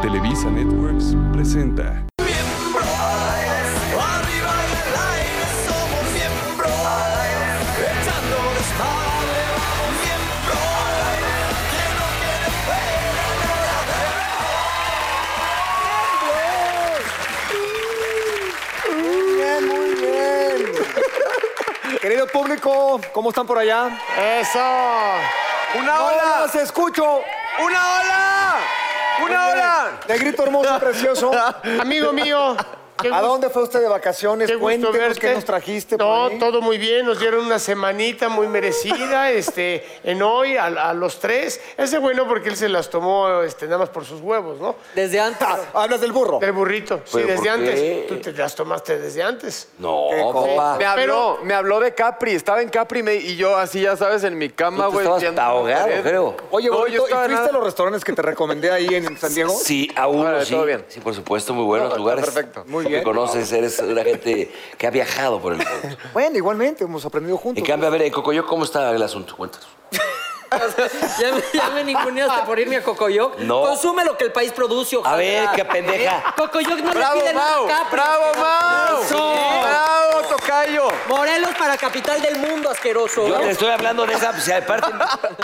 Televisa Networks presenta. Miembros, arriba en el aire somos miembros, echando desmadre vamos miembros, que no quiere ver bien, muy bien. Querido público, ¿cómo están por allá? ¡Eso! ¡Una ola! ¡Los escucho! ¡Una ola! ¡Una ola! Negrito hermoso, precioso. Amigo mío. qué ¿A gus- dónde fue usted de vacaciones? Qué gusto Cuéntenos verte. qué nos trajiste por No, ahí. todo muy bien. Nos dieron una semanita muy merecida este, en hoy a, a los tres. Ese bueno porque él se las tomó este, nada más por sus huevos, ¿no? Desde antes. Ah, Hablas del burro. Del burrito. Sí, Pero, desde ¿por qué? antes. Tú te las tomaste desde antes. No, Qué copa. Oh, Me habló, Pero- me habló de Capri, estaba en Capri y me- y yo así, ya sabes, en mi cama, Tú te güey. estabas viendo hasta la ahogado, pared. creo. Oye, No, burrito, yo estaba ¿y fuiste nada- a los restaurantes que te recomendé ahí en San Diego? Ah, Sí, a uno Órale, sí. todo bien. Sí, por supuesto, muy buenos No, está lugares. perfecto. Muy Tú bien. Me conoces, eres una gente que ha viajado por el mundo. Bueno, igualmente, hemos aprendido En juntos. cambio, a ver, eh, Cocoyo, ¿cómo está el asunto? Cuéntanos. Ya, me- ya me ninguneaste por irme a Cocoyoc. No. Consume lo que el país produce, ojalá. Eh, A ver, qué pendeja. Cocoyoc no ¡Bravo, le pide Mau! nada a Capri. ¡Bravo, Mau! Eso. ¡Bravo, Tocayo! Morelos para capital del mundo, asqueroso. Yo te estoy hablando de esa, o sea, aparte,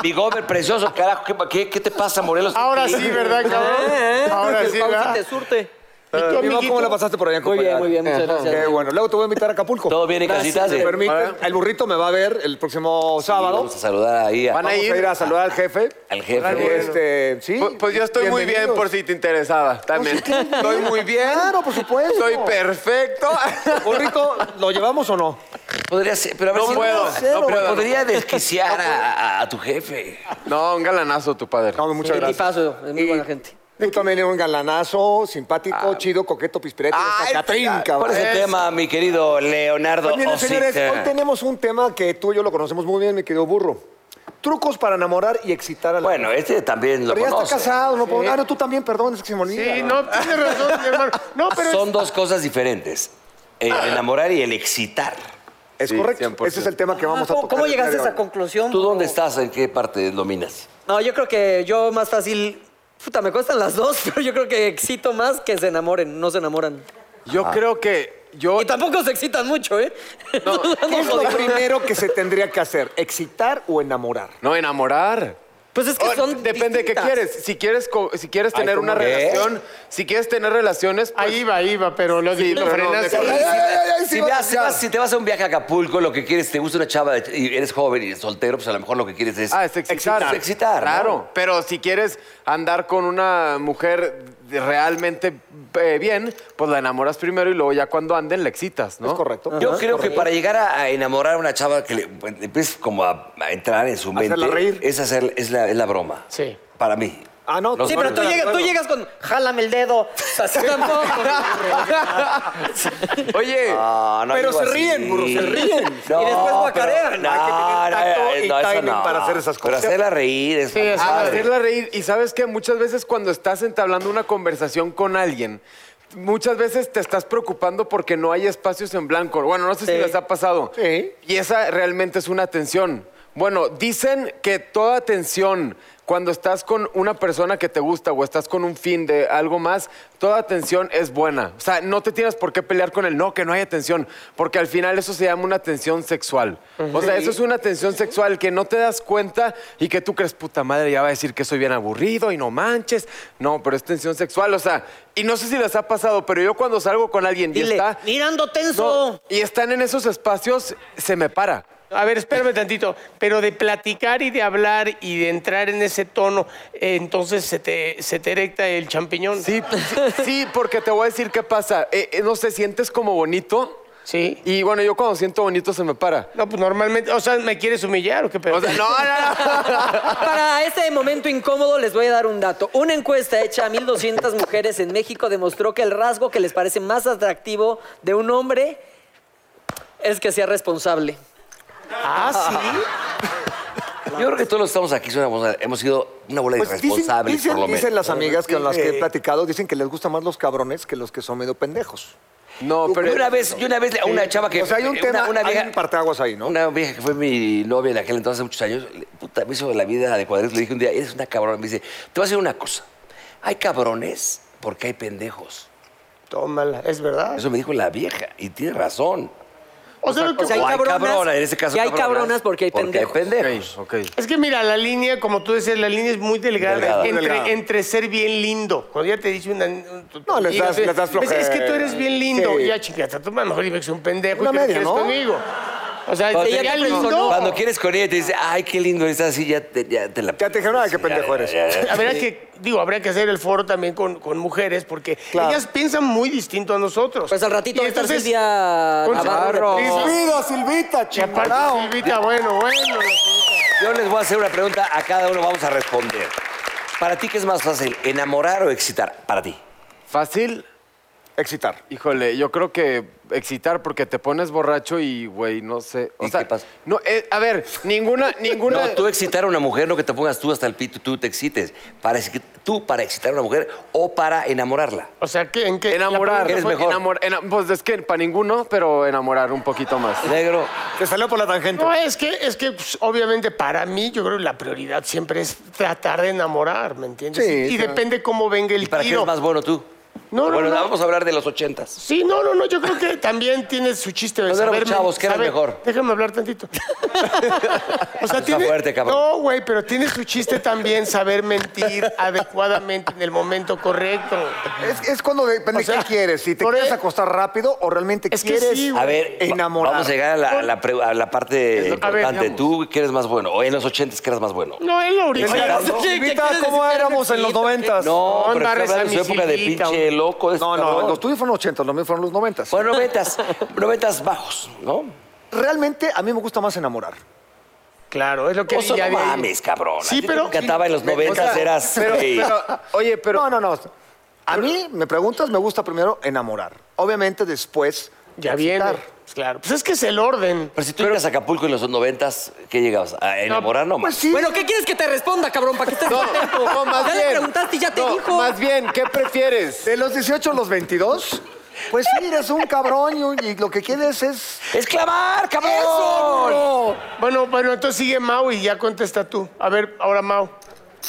mi gober precioso, carajo, ¿qué, qué, qué te pasa, Morelos? Ahora sí, ¿verdad, ¿Eh? cabrón? Ahora El sí, Pau ¿verdad? te surte. ¿Y tú, Mi mamá, amiguito? ¿Cómo la pasaste por allá, Muy bien, compadre? muy bien, muchas Qué gracias. bueno. Luego te voy a invitar a Acapulco. ¿Todo bien en Gracias, casitas? ¿Me eh. permites? El burrito me va a ver el próximo sábado. Vamos a saludar ahí a- Van Vamos a ir. ir a saludar al jefe. al jefe. Este, sí. Pues, pues yo estoy muy bien, bienvenidos. por si te interesaba, también. Estoy muy bien. Claro, por supuesto. Estoy perfecto. Burrito, ¿lo llevamos o no? Podría ser, pero a ver No si- puedo, No, no pero puedo. podría desquiciar a, a- a tu jefe. No, un galanazo tu padre. No, muchas Qué gracias. tipazo, es muy Y buena gente. Tú también eres un galanazo, simpático, Ah. chido, coqueto, pispirete, Ay, hasta Catrín, ¿Cuál cabrón. es el tema, mi querido Leonardo? Miren, Osita? señores, hoy tenemos un tema que tú y yo lo conocemos muy bien, mi querido burro. Trucos para enamorar y excitar a la Bueno, este también lo Pero ya conoce. está casado, no puedo. Ah, no, tú también, perdón, es que se me olvida. Sí, no, tienes razón, mi hermano. No, pero Son es- dos cosas diferentes. El enamorar y el excitar. Ah. Es Sí, correcto. 100%. Ese es el tema que vamos a Ah, ¿Cómo- tocar. ¿Cómo el día llegaste a de esa hoy. conclusión? ¿Tú dónde estás? ¿En qué parte dominas? No, yo creo que yo más fácil... Puta, me cuestan las dos, pero yo creo que excito más que se enamoren, no se enamoran. Yo creo que yo... Y tampoco se excitan mucho, ¿eh? No, ¿Qué es lo primero que se tendría que hacer? ¿Excitar o enamorar? No, enamorar. Pues es que Oh, son Depende de qué distintas. quieres. Si quieres, co- si quieres Ay, tener ¿cómo una ves? relación, si quieres tener relaciones, pues, Ahí va, ahí va, pero lo, Sí, lo pero no, frenaste. mejor- Si, vas- si vas- si te vas a un viaje a Acapulco, lo que quieres, te gusta una chava de- y eres joven y soltero, pues a lo mejor lo que quieres es. Ah, es excitar. Es excitar, ¿no? Claro, pero si quieres andar con una mujer de- realmente eh, bien, pues la enamoras primero y luego ya cuando anden la excitas, ¿no? ¿Es correcto? Yo creo que para llegar a, a enamorar a una chava que le bueno, empieces como a, a entrar en su mente. Hacerla reír. Es, hacer, es, la, es la broma. Sí. Para mí. Ah, no, Sí, pero tú Claro, llegas, tú claro. llegas con jálame el dedo. Así tampoco. Oye, Ah, no Pero digo se así. ríen, burro, se ríen. No, Y después guacarean. pero- No, Hay que tener tacto no, y no, eso timing no. para hacer esas cosas. Pero hacerla reír es Sí, es- a padre. hacerla reír. Y sabes que muchas veces cuando estás entablando una conversación con alguien, muchas veces te estás preocupando porque no hay espacios en blanco. Bueno, no sé Sí. si les ha pasado. Sí. Y esa realmente es una tensión. Bueno, dicen que toda tensión, cuando estás con una persona que te gusta o estás con un fin de algo más, toda tensión es buena. O sea, no te tienes por qué pelear con el no, que no haya tensión, porque al final eso se llama una tensión sexual. O sea, eso es una tensión sexual que no te das cuenta y que tú crees, puta madre, ya va a decir que soy bien aburrido y no manches. No, pero es tensión sexual, o sea, y no sé si les ha pasado, pero yo cuando salgo con alguien y Dile, está... mirando No, tenso. y están en esos espacios, se me para. A ver, espérame tantito, pero de platicar y de hablar y de entrar en ese tono, eh, entonces se te, se te erecta el champiñón. Sí, sí, sí, porque te voy a decir qué pasa. Eh, eh, no sé, sientes como bonito. Sí. Y bueno, yo cuando siento bonito se me para. No, pues normalmente, o sea, ¿me quieres humillar o qué pedo? O sea, no, no, no. Para este momento incómodo les voy a dar un dato. Una encuesta hecha a 1.200 mujeres en México demostró que el rasgo que les parece más atractivo de un hombre es que sea responsable. ah, Yo creo que todos los que estamos aquí somos- hemos sido una bola de Pues dicen, irresponsables, dicen- por lo menos. Eh, dicen las amigas con las que he platicado, dicen que les gustan más los cabrones que los que son medio pendejos. No, pero- Yo una vez, yo una vez a una chava que. O sea, hay un una- tema, una vieja- hay un parteaguas ahí, ¿no? Una vieja que fue mi novia en aquel entonces, hace muchos años, le- puta, me hizo la vida de cuadritos. Le dije un día, eres una cabrona. Me dice, te voy a decir una cosa. Hay cabrones porque hay pendejos. Tómala, es verdad. Eso me dijo la vieja, y tiene razón. O sea, lo que O sea, hay O hay cabronas, cabronas, en ese caso. que hay cabronas porque hay pendejos. Porque hay pendejos. Ok, ok. Es que mira, la línea, como tú decías, la línea es muy delgada, Delgada. Entre, Delgada. entre ser bien lindo. Cuando ya te dice una... un- tu- No, les amiga, das- sí, les das es, es que tú eres bien lindo. Sí. Ya, chingata, tú a lo mejor dime que soy un pendejo Una y que no media, quieres ¿no? conmigo. O sea, Cuando, ya ya te lindo. presionó. cuando quieres con ella y te dice, ay, qué lindo es así, ya te, ya te la... Ya te dijeron, ay, qué ya, pendejo ya, eres. ya, ya. Habría que, digo, habría que hacer el foro también con, con mujeres porque Claro. ellas piensan muy distinto a nosotros. Pues al ratito Y va a estar entonces- Silvia Navarro. Navarro. Silvita, Silvita, Y aparte, chimbalao. Silvita, bueno, bueno. Yo les voy a hacer una pregunta, a cada uno vamos a responder. ¿Para ti qué es más fácil, enamorar o excitar? Para ti. Fácil, Excitar. Híjole, yo creo que excitar porque te pones borracho y, güey, no sé. O ¿Y sea, qué pasa? No, eh, a ver, ninguna, ninguna. No, tú excitar a una mujer, no que te pongas tú hasta el pito y tú te excites. Para, exci- tú para excitar a una mujer o para enamorarla. O sea, ¿qué, ¿en qué? Enamorar. ¿Qué eres Pues, mejor? enamor- ena- pues es que para ninguno, pero enamorar un poquito más. Negro, Te salió por la tangente. No, es que, es que pues, obviamente para mí yo creo que la prioridad siempre es tratar de enamorar, ¿me entiendes? Sí, y y claro. depende cómo venga el ¿y para qué tiro. eres más bueno tú? No, no, bueno, no. vamos a hablar de los ochentas. Sí, no, no, no, yo creo que también tiene su chiste de Cuando éramos saber... chavos, ¿qué era saber- mejor? Déjame hablar tantito. o sea, fuerte, cabrón. No, güey, pero tiene su chiste también saber mentir adecuadamente en el momento correcto. Es, es cuando depende Ah. O sea, qué quieres. Si te por quieres e- acostar rápido o realmente Es que quieres sí, güey. A ver, va- enamorar. vamos a llegar a la, a la pre- a la parte a ver, importante. veamos. ¿Tú qué eres más bueno? ¿O en los ochentas qué eras más bueno? No, él ahorita... Oye, Oye, ¿no? Silvita, ¿cómo Pues éramos en los noventas? No, No, pero no, estoy esa hablando de su época de misilita, pinche hombre. loco. este no, no, cabrón. los tuyos fueron los 80, los míos fueron los 90. Bueno, noventas, noventas bajos, ¿no? Realmente a mí me gusta más enamorar. Claro, es lo que... Oso, ya no de ahí. mames, cabrón. Sí, A ti te pero- encantaba en los noventas, eras... Pero, ey. pero, oye, pero. no, no, no. A mí, me preguntas, me gusta primero enamorar. Obviamente después Ya viene. excitar. Claro, pues es que es el orden. Pero si tú ibas a Acapulco en los noventas, ¿qué llegabas? ¿A enamorar nomás? Pues sí. Bueno, ¿qué quieres que te responda, cabrón? ¿Para que estés No, contento? no, más ya bien. le preguntaste y ya te No, dijo. Más bien, ¿qué prefieres? De los 18 a los 22, pues sí, eres un cabrón y, un- y lo que quieres es... ¡Es clavar, cabrón! Bueno, bueno, entonces sigue Mau y ya contesta tú. A ver, ahora Mau.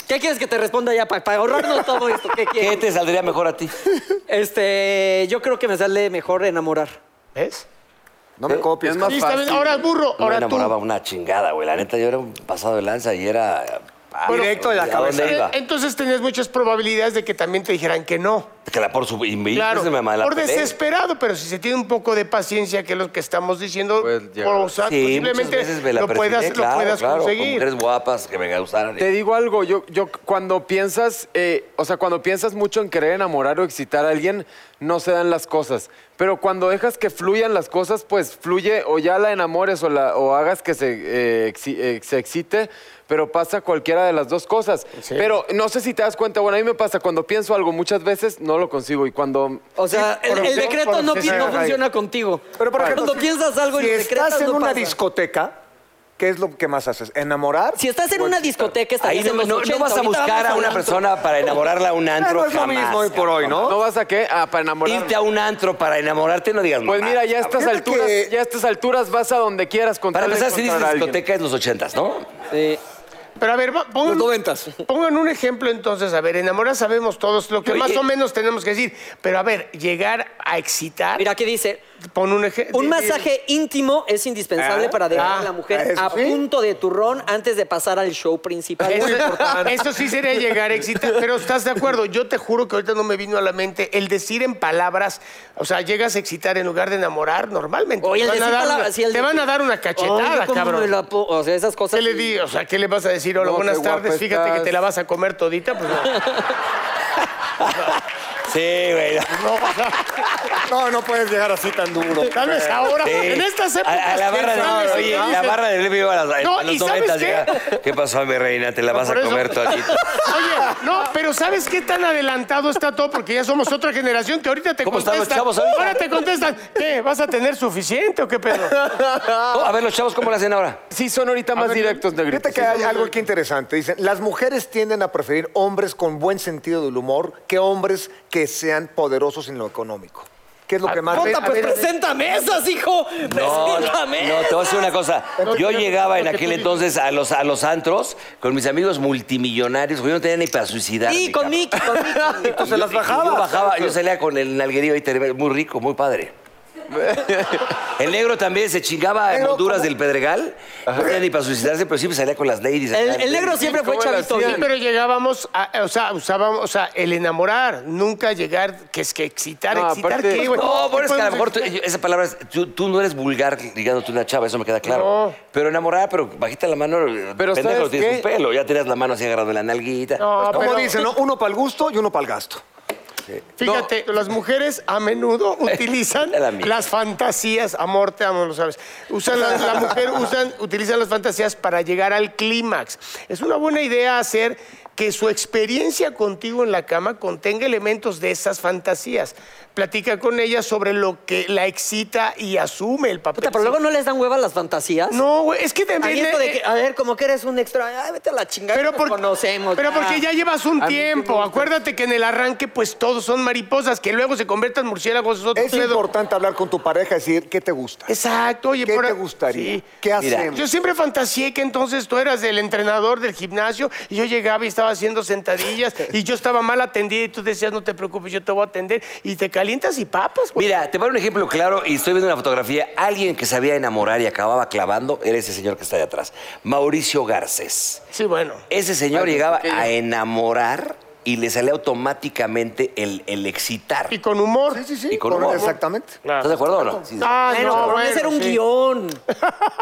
¿Qué quieres que te responda ya para, ahorrarnos todo esto? ¿Qué ¿Qué quieres? te saldría mejor a ti? Este, yo creo que me sale mejor enamorar. ¿Ves? No me copies. Es más Sí, está bien. fácil. Ahora burro, ¿Eh? Me ahora tú. enamoraba una chingada, güey. La neta, yo era un pasado de lanza y era... Bueno, Directo de la ¿a cabeza. dónde iba? Eh, Entonces tenías muchas probabilidades de que también te dijeran que no. Que la por su... y me- eh. Claro, se me mala por pelea. desesperado, pero si se tiene un poco de paciencia, que es lo que estamos diciendo, Pues, ya. o sea, Sí, muchas posiblemente veces me la lo persigné, puedas, claro, lo puedas claro, Con conseguir. mujeres guapas que me gustaran. Te digo algo, yo, yo cuando piensas, eh, o sea, cuando piensas mucho en querer enamorar o excitar a alguien, no se dan las cosas. Pero cuando dejas que fluyan las cosas, pues fluye o ya la enamores o, la, o hagas que se, eh, exi- eh, se excite, pero pasa cualquiera de las dos cosas. Pero no sé si te das cuenta, bueno, a mí me pasa, cuando pienso algo muchas veces no lo consigo y cuando... O sea, el, por- el yo- decreto por- no, sí, pi- sí, no sí. funciona contigo. Pero por ejemplo, cuando si- piensas algo y si lo decretas, estás en no una pasa. discoteca, ¿qué es lo que más haces? ¿Enamorar? Si estás en una discoteca, estás Ahí no, en los no- no 80, vas a ahorita buscar vamos a una al antro. persona para enamorarla a un Ah, antro no es lo jamás. mismo hoy por hoy, ¿No ¿no? vas a qué? Ah, para enamorar. Irte a un antro para enamorarte, no digas Pues mamá. mira, ya a estas Fíjate alturas, que- ya a estas alturas vas a donde quieras con Para tal de empezar, si dices encontrar a alguien. discoteca es los ochentas, ¿no? Sí. Pero a ver, va- pongan, Los noventas. pongan un ejemplo entonces. A ver, enamorar sabemos todos lo que Yo- más eh, o menos tenemos que decir. Pero a ver, llegar a excitar. Mira, ¿qué dice? pon un ejemplo. Un masaje íntimo es indispensable para dejar a ah, la mujer eso a sí. punto de turrón antes de pasar al show principal. Eso, eso sí sería llegar a excitar, pero estás de acuerdo. Yo te juro que ahorita no me vino a la mente el decir en palabras, o sea, llegas a excitar en lugar de enamorar normalmente. Oye, el te, van a decir dar palabra- una, sí, el te de- van a dar una Oye, cachetada, ¿cómo me cabrón. la po- o sea, esas cosas. ¿Qué le sí. di? O sea, ¿qué le vas a decir? Hola, No, buenas qué guapa tardes. Fíjate que estás. te la vas a comer todita, pues no. Sí, güey. No, no puedes llegar así tan duro. Tal vez ahora, Sí. en estas épocas. A, a la que barra sales de. y Oye, te en la dicen, barra de Leve iba a las- No, pues, a los ¿y sabes noventas. qué? llegaba, ¿Qué pasó, mi reina? Te la vas a por eso- comer todita. Oye, no, pero ¿sabes qué tan adelantado está todo? Porque ya somos otra generación que ahorita te ¿Cómo están los contestan. chavos ahorita? ahora te contestan, ¿qué? ¿Vas a tener suficiente o qué pedo? No, Oh, a ver, los chavos, ¿cómo la hacen ahora? Sí, son ahorita más directos, negrito. Fíjate que hay algo aquí interesante. Dicen, las mujeres tienden a preferir hombres con buen sentido del humor que hombres que sean poderosos en lo económico. ¿Qué es lo que más... A ver, Puta, a pues ver, a ver. presenta mesas, hijo. Pues No, presenta no, no, mesas. te voy a decir una cosa. Yo no, llegaba en lo que aquel tú entonces a los, a los antros con mis amigos multimillonarios, porque yo no tenía ni para suicidar. Y con Mickey, con Mickey. Pues se las bajabas. Yo bajaba, yo salía con el nalguerío y terminaba muy rico, muy padre. El negro también se chingaba en Negro, Honduras ¿cómo? del Pedregal. No tenía ni para suicidarse, pero siempre salía con las ladies. El, acá. el negro siempre fue ¿Cómo le chavito. hacían? bien. Pero llegábamos, a- o sea, usábamos, o sea, el enamorar, nunca llegar, que es que excitar, No, excitar, aparte- ¿qué, güey? No, pero es que a lo mejor tú- Podemos excitar. esa palabra, es- tú, tú no eres vulgar ligándote a una chava, eso me queda claro. No. Pero enamorada, pero bajita la mano, Pero pendejo, ¿sabes tienes qué? un pelo, ya tenías la mano así agarrando la nalguita. Pues, No, Como pero dicen, ¿no? uno para el gusto y uno para el gasto. fíjate, las mujeres a menudo utilizan Era mía. las fantasías, amor, te amo, lo sabes. Usan la, la mujer usan, utilizan las fantasías para llegar al clímax. Es una buena idea hacer que su experiencia contigo en la cama contenga elementos de esas fantasías. Platica con ella sobre lo que la excita y asume el papel. Puta, pero luego no les dan hueva las fantasías. No, güey, es que Ahí también. esto de eh, que, a ver, como que eres un extraño. Ay, vete a la chingada. pero nos por- conocemos. Pero porque ya llevas un A mí sí me tiempo. gusta. Acuérdate que en el arranque, pues todos son mariposas, que luego se conviertan en murciélagos. Es otro Es pedo. importante hablar con tu pareja y decir qué te gusta. Exacto, oye, ¿Qué por- te gustaría? Sí. ¿Qué Mira, hacemos? Yo siempre fantaseé que entonces tú eras el entrenador del gimnasio y yo llegaba y estaba haciendo sentadillas y yo estaba mal atendida y tú decías, no te preocupes, yo te voy a atender y te calientas y papas, güey. Mira, te voy a dar un ejemplo claro y estoy viendo una fotografía. Alguien que sabía enamorar y acababa clavando era ese señor que está de atrás, Mauricio Garcés. Sí, bueno. Ese señor llegaba a enamorar y le salía automáticamente el, el excitar. Y con humor. Sí, sí, sí. Y con con- humor. Exactamente. ¿Estás de acuerdo o no? Sí, sí. Ah, Bueno, no, pero bueno, ese era un sí. guión.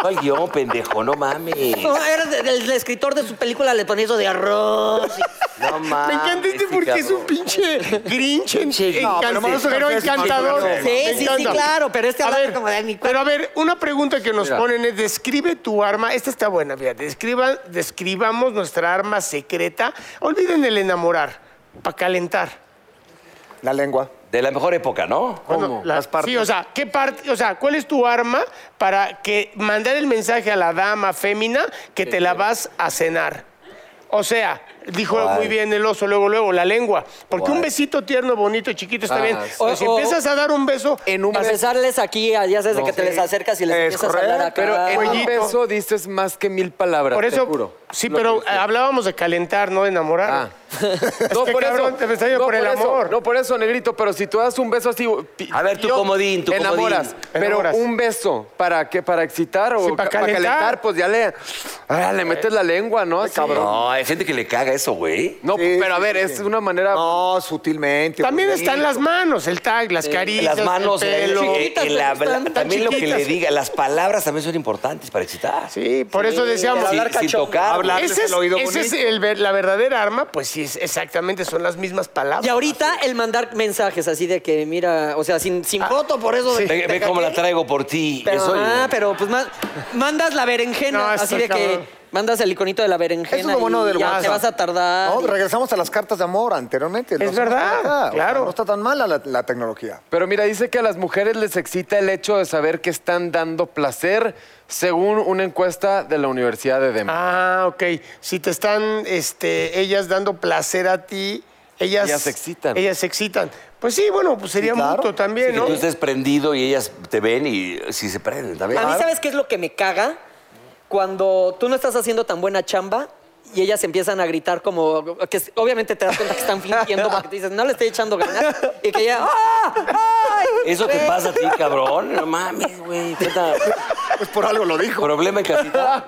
¿Cuál guión, pendejo? No mames. No, era de- del del escritor de su película le ponía eso de arroz. y- No mames. Me encanta este porque es un pinche grinch, en- Pinche encan- pero vamos a pero hacer- encantador. Sí, Me sí, sí, encanta. claro, pero este A habla ver, como de mi cuerpo. Pero a ver, una pregunta que nos ponen es, describe tu arma, esta está buena, mira, describa, describamos nuestra arma secreta, olviden el enamorar, para calentar. La lengua. De la mejor época, ¿no? Cuando la- Las partes. Sí, o sea, ¿qué parte, o sea, cuál es tu arma para que mandar el mensaje a la dama fémina que te la vas a cenar? O sea, dijo Guay. muy bien el oso, luego, luego, la lengua. Porque un Guay. besito tierno, bonito, chiquito está Ah, bien. sí. Pero si O- o- empiezas a dar un beso, En un beso, Empezarles aquí, ya desde que te sí. les acercas y les Es empiezas a hablar acá. pero en un Cuellito. beso dices más que mil palabras, por te eso. juro. Sí, Lo pero que eh, decía. hablábamos de calentar, no de enamorar. Ah. no, por cabrón, te pensaba yo por el eso, amor. no por eso, negrito, pero si tú das un beso así. pi- A ver, tu yo- comodín, tu enamoras, comodín. Pero Enamoras. un beso, ¿para qué? ¿Para excitar o Sí, para ca- para calentar. calentar? Pues ya le. ah, le metes la lengua, ¿no? Así. No, hay gente que le caga eso, güey. No, Sí, pero a sí, ver, sí, es sí. una manera. No, sutilmente. pues Eh, También bonito. están las manos, el tag, las caricias, Eh, Las manos, eh, el el, pelo. Chiquitas, el pero habla- están tan también lo que le chiquitas. diga, las palabras también son importantes para excitar. Sí, por eso decíamos. Sin- hablar sin cachondo. tocar. Hablar. Ese es, el oído ese es el ver- la verdadera arma, pues sí, es- exactamente, son las mismas palabras. Y ahorita el mandar mensajes así de que, mira, o sea, sin, sin foto, por eso. de que Ve, te ve cómo la cagué. traigo por ti. Pero, Eso, ah, pero pues ma- mandas la berenjena, No, eso así de está que cabrón. mandas el iconito de la berenjena. Eso es lo bueno y del ya WhatsApp. te vas a tardar. No, regresamos a las cartas de amor anteriormente. Es Los- verdad, Ah, o sea, claro. no está tan mala la, la tecnología. Pero mira, dice que a las mujeres les excita el hecho de saber que están dando placer, según una encuesta de la Universidad de Denver. Ah, ok. Si te están este, ellas dando placer a ti, ellas. Ellas se excitan. Ellas se excitan. Pues sí, bueno, pues sería claro. mutuo también, que ¿no? tú estés prendido y ellas te ven y si se prenden también. A mí, ¿sabes qué es lo que me caga? Cuando tú no estás haciendo tan buena chamba y ellas empiezan a gritar como... que es- Obviamente te das cuenta que están fingiendo porque te dices, no le estoy echando ganas. Y que ya... ¡Ah! ¡Ay! Eso te pasa a ti, cabrón. No mames, güey. Puta, Pues por algo lo dijo. Problema en casita.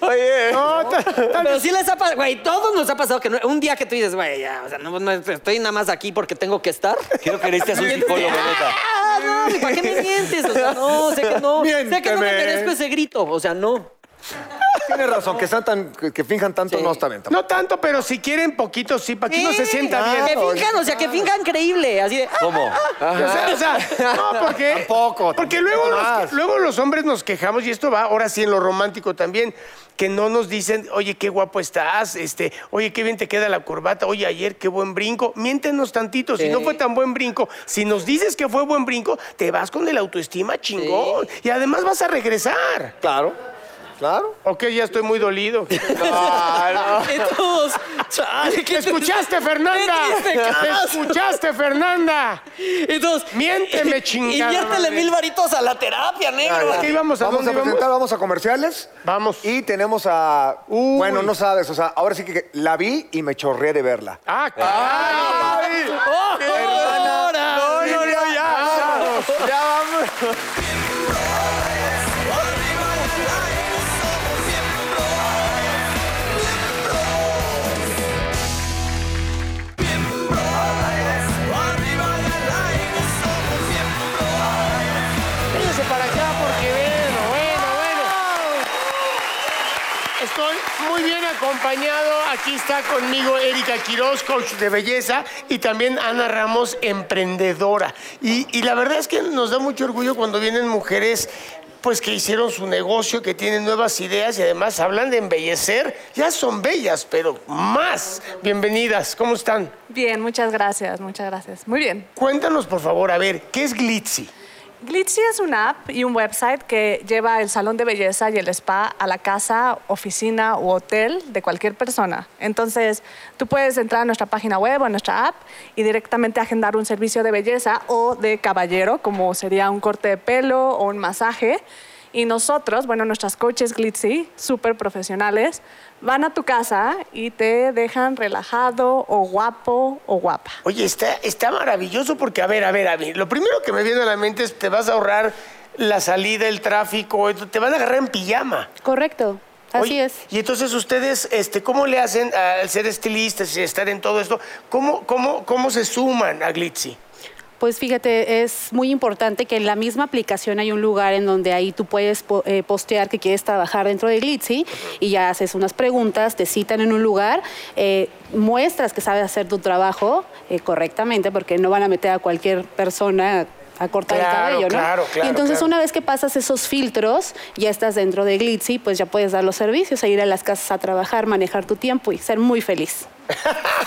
Oye. No, ta- ta- "Oh". Pero sí les ha pasado, güey, todos nos ha pasado que no- un día que tú dices, güey, ya, o sea, no, no, estoy nada más aquí porque tengo que estar. Quiero que necesitas un psicólogo, neta. Ah, no, ¿para qué me mientes? O sea, no, sé que no. Sé que no me Miénteme. merezco ese grito. O sea, no. Tienes razón, que, están tan, que, que finjan tanto Sí. no está bien. tampoco. no tanto, pero si quieren poquito, sí, para que uno se Sí, sienta bien. Que finjan, o sea, que finjan creíble. Así de, ah, ¿Cómo? O sea, o sea, no, porque. Tampoco, Porque tampoco luego más. los, luego los hombres nos quejamos, y esto va ahora sí en lo romántico también, que no nos dicen, oye, qué guapo estás, este, oye, qué bien te queda la corbata, oye, ayer qué buen brinco. Miéntenos tantito, si no fue tan buen brinco, si nos dices que fue buen brinco, te vas con el autoestima chingón. Y además vas a regresar. Claro. Claro. Ok, ya estoy muy dolido. Y todos, chale, ¿Qué qué escuchaste, Fernanda? Qué triste ¿Te caso. escuchaste, este, Fernanda? Y todos, Miénteme, chingada Inviértele madre. mil varitos a la terapia, negro. ¿Qué íbamos a Vamos a dónde íbamos? presentar, vamos a comerciales. Vamos. Y tenemos a. Uy. Bueno, no sabes, o sea, ahora sí que la vi y me chorré de verla. Ah, claro. ¡Oh, ahora! no, Ah, no, ya. Ya, ya vamos. Véngase para acá porque bueno, bueno, bueno. Estoy muy bien acompañado. Aquí está conmigo Erika Quiroz, coach de belleza, y también Ana Ramos, emprendedora. Y, y la verdad es que nos da mucho orgullo cuando vienen mujeres pues que hicieron su negocio, que tienen nuevas ideas y además hablan de embellecer. Ya son bellas, pero más. Bienvenidas, ¿cómo están? Bien, muchas gracias, muchas gracias. Muy bien. Cuéntanos, por favor, a ver, ¿qué es Glitzy? Glitzy es una app y un website que lleva el salón de belleza y el spa a la casa, oficina u hotel de cualquier persona. Entonces, tú puedes entrar a nuestra página web o a nuestra app y directamente agendar un servicio de belleza o de caballero, como sería un corte de pelo o un masaje. Y nosotros, bueno, nuestras coaches glitzy, súper profesionales, van a tu casa y te dejan relajado o guapo o guapa. Oye, está, está maravilloso porque, a ver, a ver, a ver, lo primero que me viene a la mente es te vas a ahorrar la salida, el tráfico, te van a agarrar en pijama. Correcto, así Oye, es. Y entonces ustedes, este, ¿cómo le hacen al ser estilistas y estar en todo esto? ¿Cómo, cómo, cómo se suman a Glitzy? Pues fíjate, es muy importante que en la misma aplicación hay un lugar en donde ahí tú puedes po- eh, postear que quieres trabajar dentro de Glitzy y ya haces unas preguntas, te citan en un lugar, eh, muestras que sabes hacer tu trabajo eh, correctamente porque no van a meter a cualquier persona a cortar Claro, el cabello, ¿no? claro, claro, y entonces claro. una vez que pasas esos filtros, ya estás dentro de Glitzy, pues ya puedes dar los servicios, e ir a las casas a trabajar, manejar tu tiempo y ser muy feliz.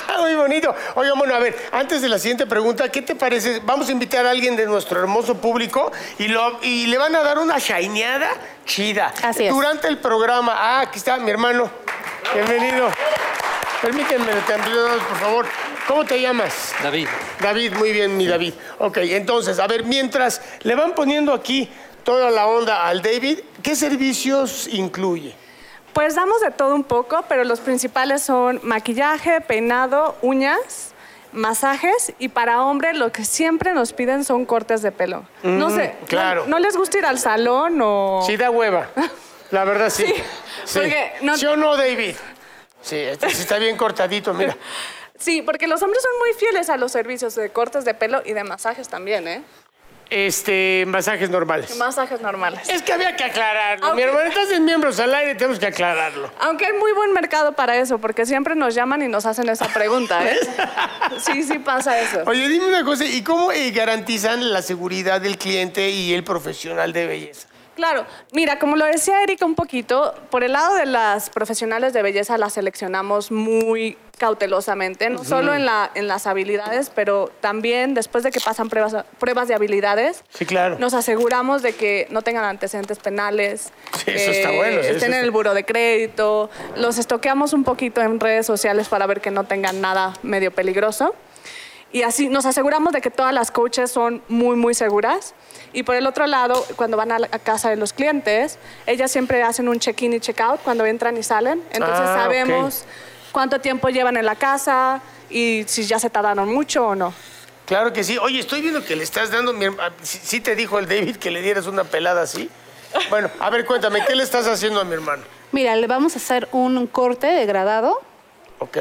Ah, Muy bonito. Oye, bueno, a ver, antes de la siguiente pregunta, ¿qué te parece? Vamos a invitar a alguien de nuestro hermoso público y, lo, y le van a dar una shineada chida. Así es. Durante el programa. Ah, aquí está mi hermano. Bienvenido. Permítanme, te amplio, por favor. ¿Cómo te llamas? David, David, muy bien, mi David. Ok, entonces, a ver, mientras le van poniendo aquí toda la onda al David, ¿qué servicios incluye? Pues damos de todo un poco, pero los principales son maquillaje, peinado, uñas, masajes y para hombre lo que siempre nos piden son cortes de pelo. no sé, ¿no- Mm, claro. ¿no, les gusta ir al salón o...? Sí, da hueva. La verdad, sí. Sí, porque no- ¿Sí o no, David? Sí, este sí está bien cortadito, mira. Sí, porque los hombres son muy fieles a los servicios de cortes de pelo y de masajes también, ¿eh? Este, masajes normales. Masajes normales. Es que había que aclararlo. Aunque- Mi hermano, estás en miembros al aire, tenemos que aclararlo. Aunque hay muy buen mercado para eso, porque siempre nos llaman y nos hacen esa pregunta, ¿eh? Sí, sí pasa eso. Oye, dime una cosa, ¿y cómo eh, garantizan la seguridad del cliente y el profesional de belleza? Claro, mira, como lo decía Erika un poquito, por el lado de las profesionales de belleza las seleccionamos muy cautelosamente, no solo en, la- en las habilidades, pero también después de que pasan pruebas, pruebas de habilidades, Sí, claro. nos aseguramos de que no tengan antecedentes penales, Sí, eso está que bueno, sí, estén eso en está- el buro de crédito, los estoqueamos un poquito en redes sociales para ver que no tengan nada medio peligroso. Y así nos aseguramos de que todas las coaches son muy, muy seguras. Y por el otro lado, cuando van a la a casa de los clientes, ellas siempre hacen un check-in y check-out cuando entran y salen. Entonces Ah, ok. sabemos cuánto tiempo llevan en la casa y si ya se tardaron mucho o no. Claro que sí. Oye, estoy viendo que le estás dando... Mi... herma- Sí, sí te dijo el David que le dieras una pelada así. Bueno, a ver, cuéntame, ¿qué le estás haciendo a mi hermano? Mira, le vamos a hacer un corte degradado ¿Ok?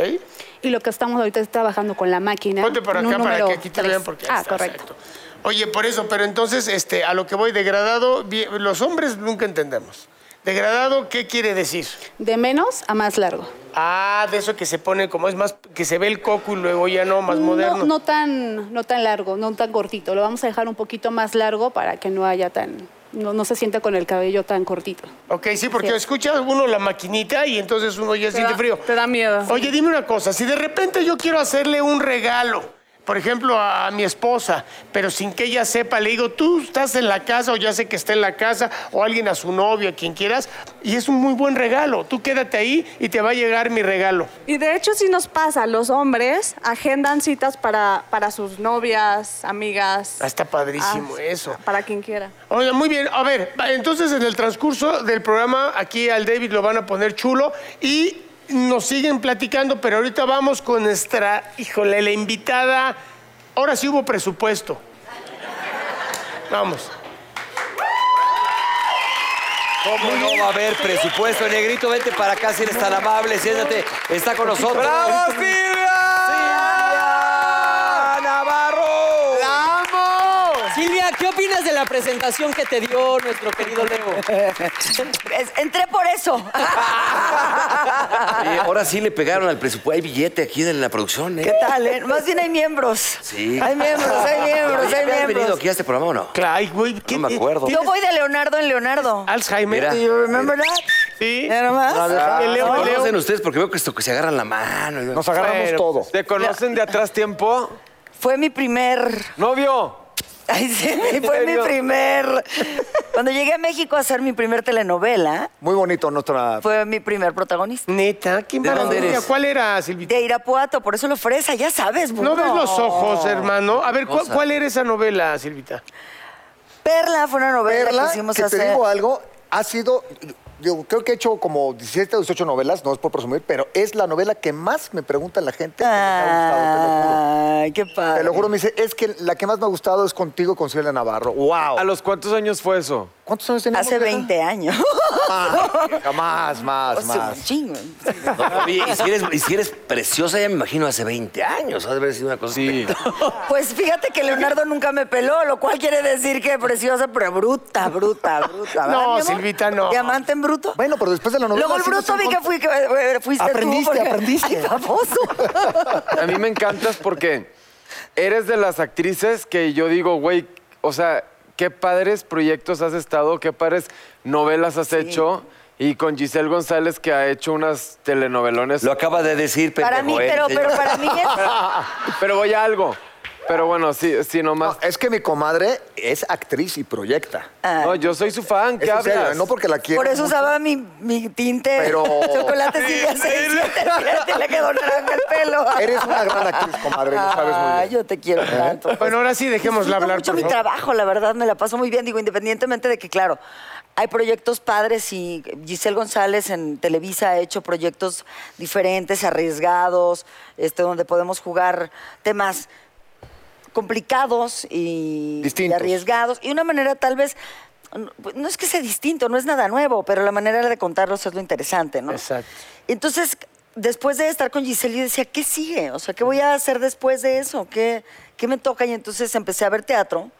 Y lo que estamos ahorita es trabajando con la máquina. Ponte para en un acá para número que aquí te tres. vean porque ahí Ah, está, correcto. exacto. Oye, por eso, pero entonces, este, a lo que voy, degradado, bien, los hombres nunca entendemos. Degradado, ¿qué quiere decir? De menos a más largo. Ah, de eso que se pone como es más, que se ve el coco y luego ya no, más moderno. No, no tan, no tan largo, no tan cortito. Lo vamos a dejar un poquito más largo para que no haya tan, no, no se sienta con el cabello tan cortito. Ok, sí, porque Sí. escucha uno la maquinita y entonces uno ya Te siente da- frío. te da miedo. Oye, dime una cosa, si de repente yo quiero hacerle un regalo, por ejemplo, a mi esposa, pero sin que ella sepa, le digo, tú estás en la casa o ya sé que está en la casa, o alguien a su novio, a quien quieras, y es un muy buen regalo. Tú quédate ahí y te va a llegar mi regalo. Y de hecho sí nos pasa, los hombres agendan citas para, para sus novias, amigas. Ah, Está padrísimo Ah, eso. Para quien quiera. Oye, muy bien. A ver, va, entonces en el transcurso del programa, aquí al David lo van a poner chulo y nos siguen platicando, pero ahorita vamos con nuestra, híjole, la invitada. Ahora sí hubo presupuesto. Vamos. ¿Cómo no va a haber presupuesto, negrito? Vente para acá si eres tan amable, siéntate, está con nosotros. ¡Bravo, Silvia! ¡Silvia Navarro! ¡La amo! Silvia, ¿qué opinas de la presentación que te dio nuestro querido Leo? Es- Entré por eso. Oye, Eh, ahora sí le pegaron al presupuesto. Hay billete aquí en la producción, ¿Qué ¿eh? tal? eh? Más bien hay miembros. Sí. Hay miembros, hay miembros, Oye, hay ¿habías venido miembros. aquí a este programa o no? Claro, ay, güey, ¿qué- me acuerdo. Yo voy de Leonardo en Leonardo. Alzheimer. Mira. Do you remember that? Sí. Nada más. Que Leo, ¿Cómo Leo. conocen ustedes? Porque veo que, esto, que se agarran la Ah, mano. Nos agarramos Pero- todo. ¿Te conocen de atrás tiempo? Fue mi primer. ¿Novio? Ay, sí, fue mi serio? primer. Cuando llegué a México a hacer mi primer telenovela, Muy bonito nuestra. fue mi primer protagonista. Neta, qué ¿De dónde maravilla. eres? ¿Cuál era, Silvita? De Irapuato, por eso lo fresa, ya sabes, No burro. ves los ojos, hermano. A ver, ¿cu- Hermosa. ¿cuál era esa novela, Silvita? Perla fue una novela Perla, que que hicimos te hace. digo algo, ha sido, yo creo que he hecho como 17 o 18 novelas, no es por presumir, pero es la novela que más me pregunta la gente. que les ha gustado, te lo juro. Ay, qué padre. Te lo juro, me dice, es que la que más me ha gustado es contigo con Silvia Navarro. ¡Wow! ¿A los cuántos años fue eso? ¿Cuántos años teníamos? Hace vieja? 20 años. Ah, más, más, Hace un más. chingo. Oye, y, si eres, y si eres preciosa, ya me imagino hace 20 años. Ha de haber sido una cosa. espectacular. Pues fíjate que Leonardo nunca me peló, lo cual quiere decir que preciosa, pero bruta, bruta, bruta. ¿verdad, No, mi amor? Silvita, no. ¿Diamante en bruto? Bueno, pero después de la novela... Luego el sí nos bruto vi que, encont- fui, que eh, fuiste Aprendiste, tú. porque- aprendiste. Ay, baboso. A mí me encantas porque eres de las actrices que yo digo, güey, o sea, qué padres proyectos has estado, qué padres novelas has hecho. Y con Giselle González, que ha hecho unas telenovelones. Lo acaba de decir, pendejo. para mí, ¿eh? pero, Sí. pero para mí es... Pero voy a algo. Pero bueno, sí, sí, nomás. No, es que mi comadre es actriz y proyecta. No, yo soy su fan, ¿qué Es en serio, ¿eh? hablas? no porque la quiera. Por eso usaba mi, mi tinte Pero- chocolate Silvia 67. Fíjate, le quedó naranja el pelo. Eres una gran actriz, comadre, lo sabes muy bien. Ay, yo te quiero tanto. pues. Bueno, ahora sí, dejémosla Disfruto hablar, mucho por mi favor. trabajo, la verdad, me la paso muy bien. Digo, independientemente de que, claro, hay proyectos padres y Giselle González en Televisa ha hecho proyectos diferentes, arriesgados, este, donde podemos jugar temas complicados y, y Distintos. arriesgados. Y una manera tal vez... no- No es que sea distinto, no es nada nuevo, pero la manera de contarlos es lo interesante, ¿no? Exacto. Entonces, después de estar con Giselle, yo decía, ¿qué sigue? O sea, ¿qué voy a hacer después de eso? ¿Qué, qué me toca? Y entonces empecé a ver teatro,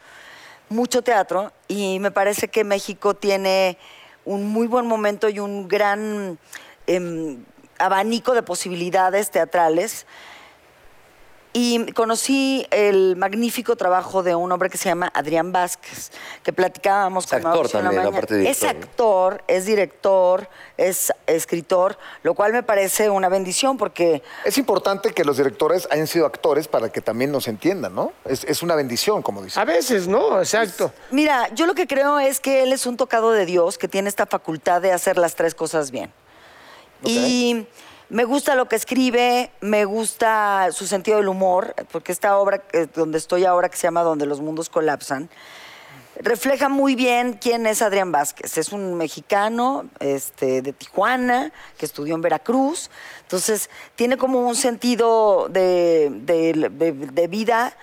mucho teatro, y me parece que México tiene un muy buen momento y un gran em, abanico de posibilidades teatrales. Y conocí el magnífico trabajo de un hombre que se llama Adrián Vázquez, que platicábamos con actor Mauricio en la también, mañana. aparte de Es director, ¿no? actor, es director, es escritor, lo cual me parece una bendición porque Es importante que los directores hayan sido actores para que también nos entiendan, ¿no? Es, es una bendición, como dicen. A veces, ¿no? Exacto. Mira, yo lo que creo es que él es un tocado de Dios que tiene esta facultad de hacer las tres cosas bien. Y me gusta lo que escribe, me gusta su sentido del humor, porque esta obra eh, donde estoy ahora que se llama Donde los mundos colapsan, refleja muy bien quién es Adrián Vázquez. Es un mexicano este, de Tijuana que estudió en Veracruz. Entonces, tiene como un sentido de, de- de- de vida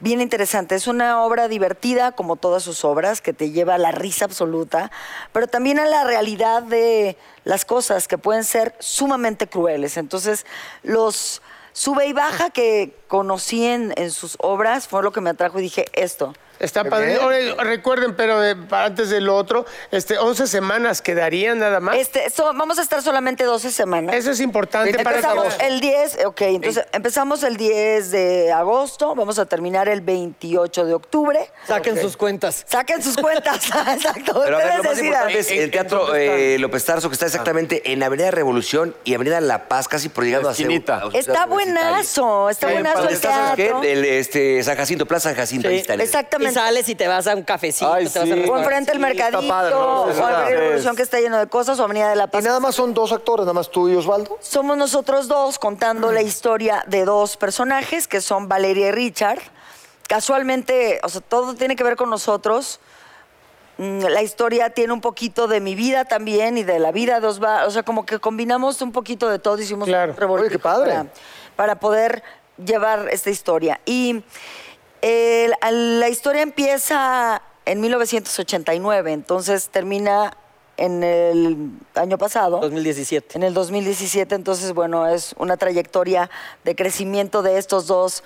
bien interesante. Es una obra divertida, como todas sus obras, que te lleva a la risa absoluta, pero también a la realidad de las cosas que pueden ser sumamente crueles. Entonces, los. Sube y baja que conocí en, en sus obras fue lo que me atrajo y dije, esto, Está Ah, padre. ¿Eh? Ahora, Recuerden, pero eh, para antes de lo otro, este, 11 semanas quedarían nada más. Este, so- vamos a estar solamente 12 semanas. eh, Eso es importante para Empezamos todos. el 10, ok, entonces empezamos el 10 de agosto, vamos a terminar el 28 de octubre. Saquen sus cuentas. Saquen sus cuentas, exacto. Pero a ver, lo más Ustedes decidan. importante es el Teatro eh, López Tarso, que está Ah. exactamente en Avenida Revolución y Avenida La Paz, casi por llegando a Seúl. esquinita. a Ciudad Está Universitaria. buenazo, está Sí, buenazo padre. el Está, ¿sabes qué? teatro. El, este, San Jacinto, Plaza San Jacinto. ahí está el- Y Exactamente. sales y te vas a un cafecito, Ay, te vas a sí. Con frente al mercadito, padre, ¿no? o Eso Avenida está. Revolución que está lleno de cosas, o Avenida de la Y Paz. nada más son dos actores, nada más tú y Osvaldo. Somos nosotros dos contando la historia de dos personajes que son Valeria y Richard. Casualmente, o sea, todo tiene que ver con nosotros. Mm, La historia tiene un poquito de mi vida también y de la vida de Osvaldo. O sea, como que combinamos un poquito de todo, hicimos Claro. un revoltijo Oye, qué padre. Para, para poder llevar esta historia. Y eh, la- la historia empieza en 1989, entonces termina en el año pasado. 2017. En el 2017, entonces, bueno, es una trayectoria de crecimiento de estos dos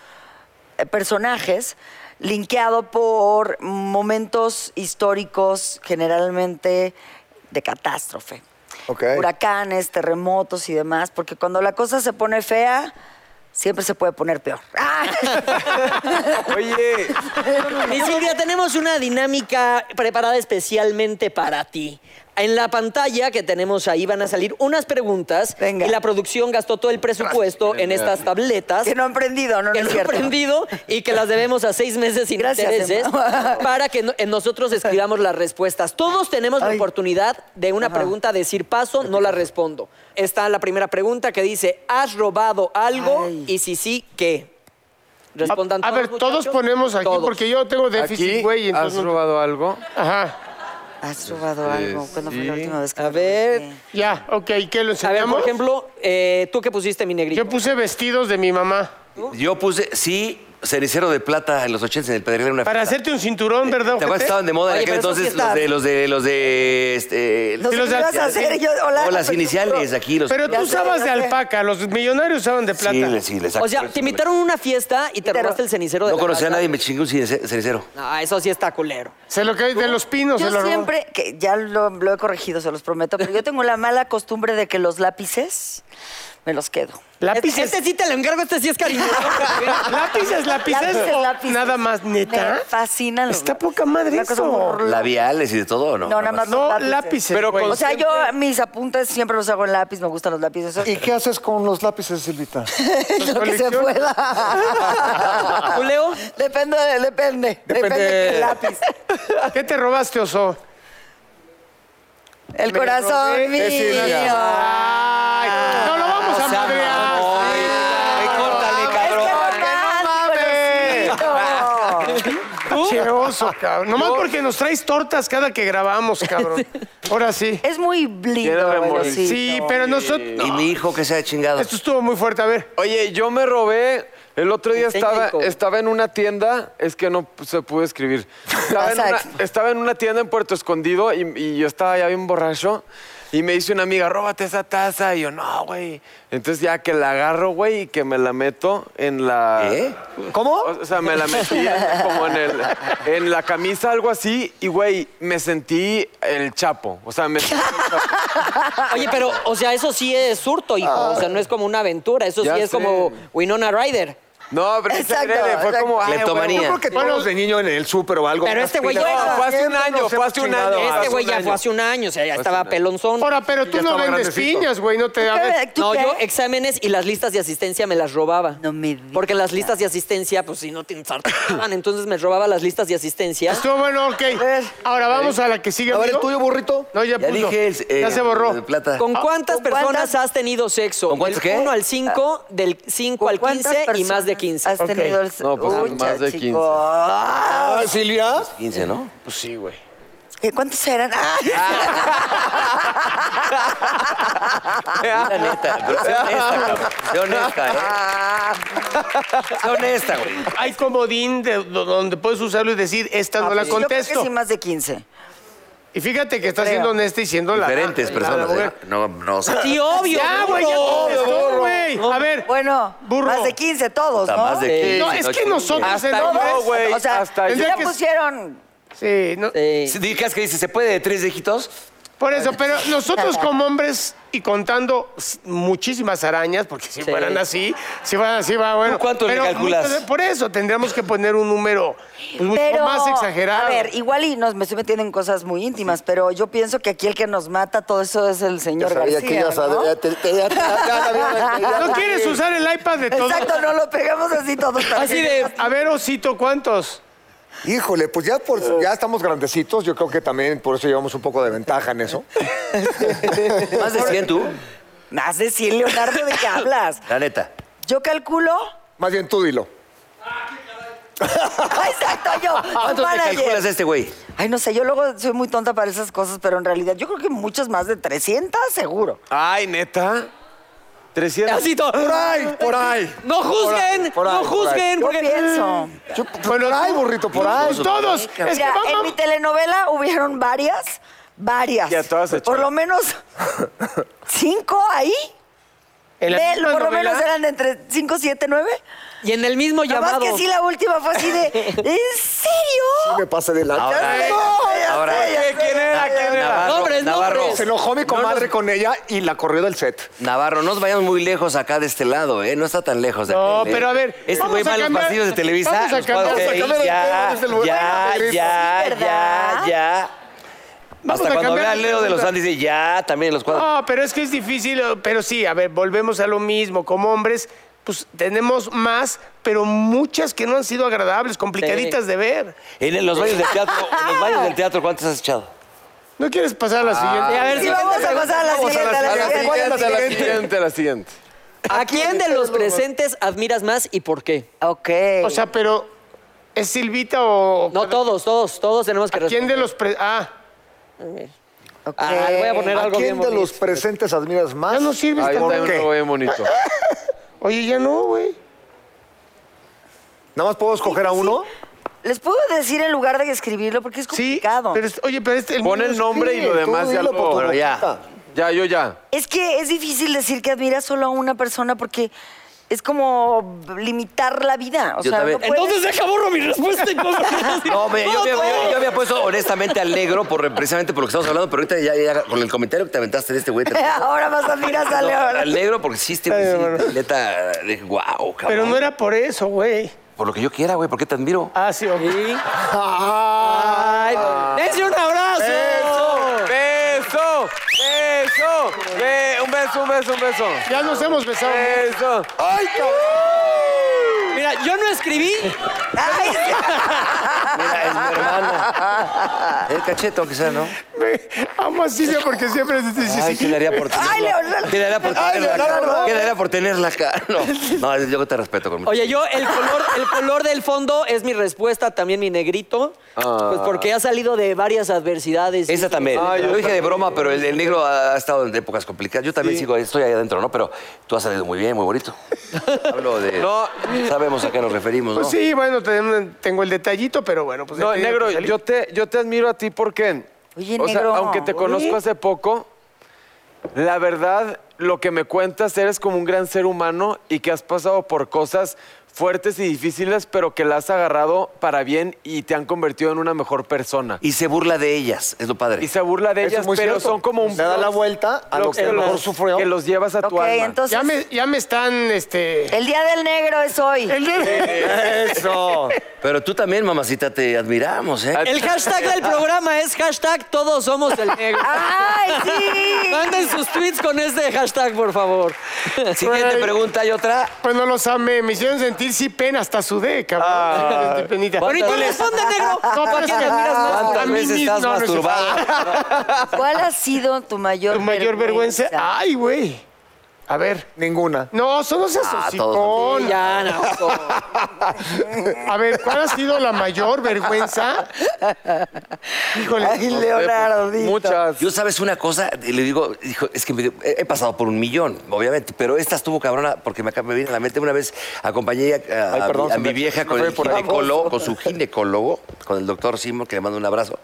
eh, personajes, linkeado por momentos históricos generalmente de catástrofe. Ok. Huracanes, terremotos y demás, porque cuando la cosa se pone fea, siempre se puede poner peor. ¡Ah! Oye, Mi Silvia, tenemos una dinámica preparada especialmente para ti. En la pantalla que tenemos ahí van a salir unas preguntas Venga. y la producción gastó todo el presupuesto en estas tabletas. Que no han prendido, no, no que es no he cierto. aprendido y que las debemos a seis meses sin Gracias, intereses Emma. para que no- eh, nosotros escribamos las respuestas. Todos tenemos la Ay. oportunidad de una pregunta decir paso, no la respondo. Está la primera pregunta que dice, ¿has robado algo? Ay. Y si sí, ¿qué? Respondan A ver, todos muchachos. ponemos aquí, Todos. porque yo tengo Aquí Ah. déficit, güey. has entonces no- robado algo. Ajá, ¿Has robado algo? ¿Cuándo fue sí. la última vez que A lo ver. viste? ya, ok, ¿qué lo A ver, enseñamos? por ejemplo, eh, tú que pusiste mi negrito. yo puse vestidos de mi mamá. Yo puse, sí, cenicero de plata en los 80 en el Pedregal. Una Para fiesta. Eh, hacerte un cinturón, ¿verdad? ¿Te acuerdas que ojete? estaban de moda en Oye, aquel pero eso sí entonces está- los de los de los de este No sé los qué al- vas a hacer. Yo, hola, no, las pero- iniciales aquí los Pero Ya tú sé, usabas ya de sé. alpaca, los millonarios usaban de plata. sí, le- sí, le saco o sea, eso. te invitaron a una fiesta y te Pero- robaste el cenicero de No la conocía a casa. nadie, me chingué un cenice- cenicero. No, eso sí está culero. Se lo cae de los pinos, se Yo lo robó. siempre, que ya lo, lo he corregido, se los prometo, pero yo tengo la mala costumbre de que los lápices me los quedo. Este, Lápices. este sí te lo encargo, este sí es cariñoso. Lápices, Oh, lápices. Lápices, o lápices. Nada más, Me neta. fascinan los Está lápices. poca madre Una cosa muy eso. horrorosa. Labiales y de todo, ¿o ¿no? No, nada más los No, lápices. lápices. Pero güey. con- O sea, yo mis apuntes siempre los hago en lápiz, me gustan los lápices. ¿Y qué haces con los lápices, Silvita? lo que se colección. pueda. ¿Tú, Leo? Depende, de- depende. Depende del lápiz. ¿Qué te robaste, oso? El Me robé corazón mío. Ay, no lo vamos a madrear. me cortan mi cabrón. mames. mames. Che oso, cabrón. Nomás porque nos traes tortas cada que grabamos, cabrón. Ahora sí. Es muy lindo. remordimiento. velocito. Sí, pero nosotros... Y mi hijo que se ha chingado. Esto estuvo muy fuerte, a ver. Oye, yo me robé. El otro día Enseña, estaba, hijo. estaba en una tienda, es que no se pudo escribir. Estaba en, una, Exacto. estaba en una tienda en Puerto Escondido y, y yo estaba ya bien borracho. Y me dice una amiga, róbate esa taza. Y yo, no, güey. Entonces ya que la agarro, güey, y que me la meto en la... ¿Qué? ¿Cómo? O sea, me la metí en- como en, el, en la camisa, algo así. Y, güey, me sentí el chapo. O sea, me sentí el chapo. Oye, pero, o sea, eso sí es surto, hijo. Ah. O sea, no es como una aventura. Eso sí Ya sé. es como Winona Ryder. No, pero ese Exacto, adrede, fue como... ay, güey, Cleptomanía. yo creo que- Bueno, de niño en el súper o algo. Pero este güey No, ya... fue hace un año, fue hace un año. Este hace güey un ya año. fue hace un año, o sea, ya estaba pelonzón. Ahora, pero tú Ya no estaba vendes grandecito. piñas, güey. No te... A ver, ¿Tú No, qué? yo exámenes y las listas de asistencia me las robaba. No me digas. Porque las listas de asistencia, pues si no te ensartaban, entonces me robaba las listas de asistencia. Estuvo bueno, ok. Ahora vamos a la que sigue. A ver, el amigo. tuyo, burrito. No, ya, Ya puso. dije el, eh, ya se De borró. plata. ¿Con cuántas ¿Con personas cuántas? has tenido sexo? ¿Con cuántas del qué? 1 al 5, Ah. del 5 ¿Con al 15 cuántas y más de personas 15. Has tenido el... No, pues, Uy, más de chico. 15. Ah, Ah, Silvia. 15, ¿no? Pues sí, güey. ¿eh, ¿Cuántos eran? Ah, Mira, neta, pero sé honesta, cabrón. Sé honesta, ¿eh? Sé honesta, güey. Hay comodín de- do- donde puedes usarlo y decir, esta no la Ah, pues, Yo creo que contesto. sí, más de 15. Y fíjate que está Creo. siendo honesta y siendo la. Diferentes la- la personas. ¿eh? mujer. No, no. Sí, obvio. Ya, güey, ya burro. contestó, güey. A ver. Bueno, burro. más de 15 todos, Puta, ¿no? más de Sí. 15, No, es que nosotros Hasta en hombres- yo, güey, O sea, hasta yo. ya Que- pusieron... Sí, no- Sí. Sí, di- ¿crees que dice, ¿se puede de tres dígitos? Por eso, pero nosotros como hombres y contando s- muchísimas arañas, porque si Sí. fueran así, si fueran así, va bueno. ¿Tú cuánto le pero calculas? muchas- Por eso tendríamos que poner un número pues, mucho Pero, más exagerado. A ver, igual y nos me estoy metiendo en cosas muy íntimas, pero yo pienso que aquí el que nos mata todo eso es el Ya señor sabía García, que ibas a- ¿no? ya te- te- ya- ya- ya- ya- ya- ¿No ya- quieres usar el iPad de todos? Exacto, no lo pegamos así todos. para Así que- de. A ver, Osito, ¿cuántos? Híjole, pues ya, Eh. por, ya estamos grandecitos. Yo creo que también por eso llevamos un poco de ventaja en eso. ¿Más de 100 tú? Más de 100, Leonardo, ¿de qué hablas? La neta. Yo calculo... Ah, Más bien tú dilo. Ah, Exacto, yo. soy ¿Cuántos te manager. calculas a este güey? Ay, no sé, yo luego soy muy tonta para esas cosas, pero en realidad yo creo que muchos más de 300, seguro. Ay, neta. 300. Así todo. Por ahí, por ahí. No juzguen, por ahí, no por juzguen. Yo porque- pienso. Yo- por ahí, burrito, por ahí. Pues todos. Es que Mira, en mi vamos. telenovela hubieron varias, varias. Y a todas se Por echó. lo menos cinco ahí. En la De- misma por lo novela, menos eran de entre 5, 7, 9. Y en el mismo Nada más llamado. que sí, la última fue así de. ¿En serio? Me pasé de la... Ahora, eh, sé, ya ahora. sé, ya sé, ¿Quién era? ¿Quién era? Navarro, Nombres, Navarro. nombres. Se enojó mi comadre con ella y la corrió del set. Navarro, no nos vayamos muy lejos acá de este lado, ¿eh? No está tan lejos de No, aquel, ¿eh? pero a ver, Este vamos güey a va a los cambiar- pasillos de Televisa. vamos a los cuadros cambiar- de ahí, vamos a cambiar el tema desde el ya, lugar. ya, Sí, ¿verdad? ya, ya. Vamos a Hasta cuando cambiar vea el Leo de los tema. Andes dice, ya, también en los cuadros. No, pero es que es difícil, eh, pero sí, a ver, volvemos a lo mismo. Como hombres, pues tenemos más, pero muchas que no han sido agradables, complicaditas de ver. En los baños del teatro, en los baños del teatro, ¿cuántas has echado? ¿No quieres pasar a la siguiente? A ver, Sí, si- vamos a pasar a la Vamos siguiente. a la, a la siguiente, a la siguiente. siguiente, a la siguiente. ¿A quién de los presentes admiras más y por qué? Ok. O sea, pero ¿es Silvita o...? No, todos, todos, todos tenemos que ¿Quién responder. de los... pre- ah, ok. Ah, le voy a poner ¿A algo quién bien de los bonito. presentes admiras más? ya no sirve Ahí esta está madre. uno bien bonito. Oye, ya no, güey. ¿Nada más puedo escoger a uno? Les puedo decir en lugar de escribirlo porque es Sí, complicado. pero es- oye, pero este... Pon el nombre y lo Sí, demás tú ya dilo lo... por tu Pero ya. boquita. Ya, yo ya. Es que es difícil decir que admiras solo a una persona porque es como limitar la vida. O Yo sea, también. no puedes- deja borro mi respuesta y pongo- No, me- yo, No, había, todo. yo- yo había puesto honestamente al negro por, precisamente por lo que estamos hablando, pero ahorita ya, ya con el comentario que te aventaste de este güey. te- Ahora vas a admirar a Ah, No, León. al negro porque sí, este güey, sí, neta, dije, guau, cabrón. Pero no era por eso, güey. Por lo que yo quiera, güey, ¿por qué te admiro? Ah, sí, ok. Ay, dense un abrazo. ¡Beso! ¡Beso! Be- un beso, un beso, un beso. Ya nos hemos besado. ¡Beso! Mira, yo no escribí. Mira, es mi hermana. El cacheto, quizá, ¿no? Me- Amo a Silvia porque siempre... Ay, ¿qué daría por tenerla? Ay, Leonardo. ¿Qué daría por Ay, tenerla acá? Leonardo. ¿Qué daría por tenerla acá? No, no, yo te respeto con mucho. Oye, yo el color, el color del fondo es mi respuesta, también mi negrito. Pues porque ha salido de varias adversidades. Ah. Ah, Esa también. Ah, lo dije de broma, pero el, el negro ha, ha estado en épocas complicadas. Yo también sigo, estoy ahí adentro, ¿no? Pero tú has salido muy bien, muy bonito. Hablo de... No. Sabemos a qué nos referimos, ¿no? Pues sí, bueno, ten- tengo el detallito, pero bueno, pues. No, ya te digo negro, que salí. yo te, yo te admiro a ti porque. Oye, o sea, negro. aunque te conozco hace poco, la verdad, lo que me cuentas, eres como un gran ser humano y que has pasado por cosas fuertes y difíciles, pero que las has agarrado para bien y te han convertido en una mejor persona. Y se burla de ellas, es lo padre. Y se burla de Eso es ellas, muy pero cierto. son como un... Le da la vuelta a lo que a lo mejor los- sufrió. Que los llevas a tu Ok, alma. entonces. Ya me, ya me están, este. El día del negro es hoy. el de- Eso. Pero tú también, mamacita, te admiramos, ¿eh? El hashtag del programa es hashtag todos somos el negro. ¡Ay, sí! Manden sus tweets con este hashtag, por favor. Siguiente pregunta, hay otra. Pues no los amé, me hicieron sentir sí pena, hasta sudé, cabrón. Ah. Este, penita. Bueno, y tú responde, negro. No, pero es que admiras más a ¿Cuántas mí veces mismo. estás No, no es cierto. masturbada? ¿Cuál ha sido tu mayor Tu mayor vergüenza. vergüenza? Ay, güey. A ver. Ninguna. No, solo seas Ah, todos. hocicón. Ya, no. A ver, ¿cuál ha sido la mayor vergüenza? Híjole. Ay, Leonardo. Muchas. Yo sabes una cosa, Y le digo, hijo, es que me- he he pasado por un millón, obviamente, pero esta estuvo cabrona porque me, acaba- me viene a la mente una vez acompañé a, a- Ay, perdón, a se mi me- vieja se me con fue el por la voz. ginecólogo, con su ginecólogo, con el doctor Simon, que le mando un abrazo.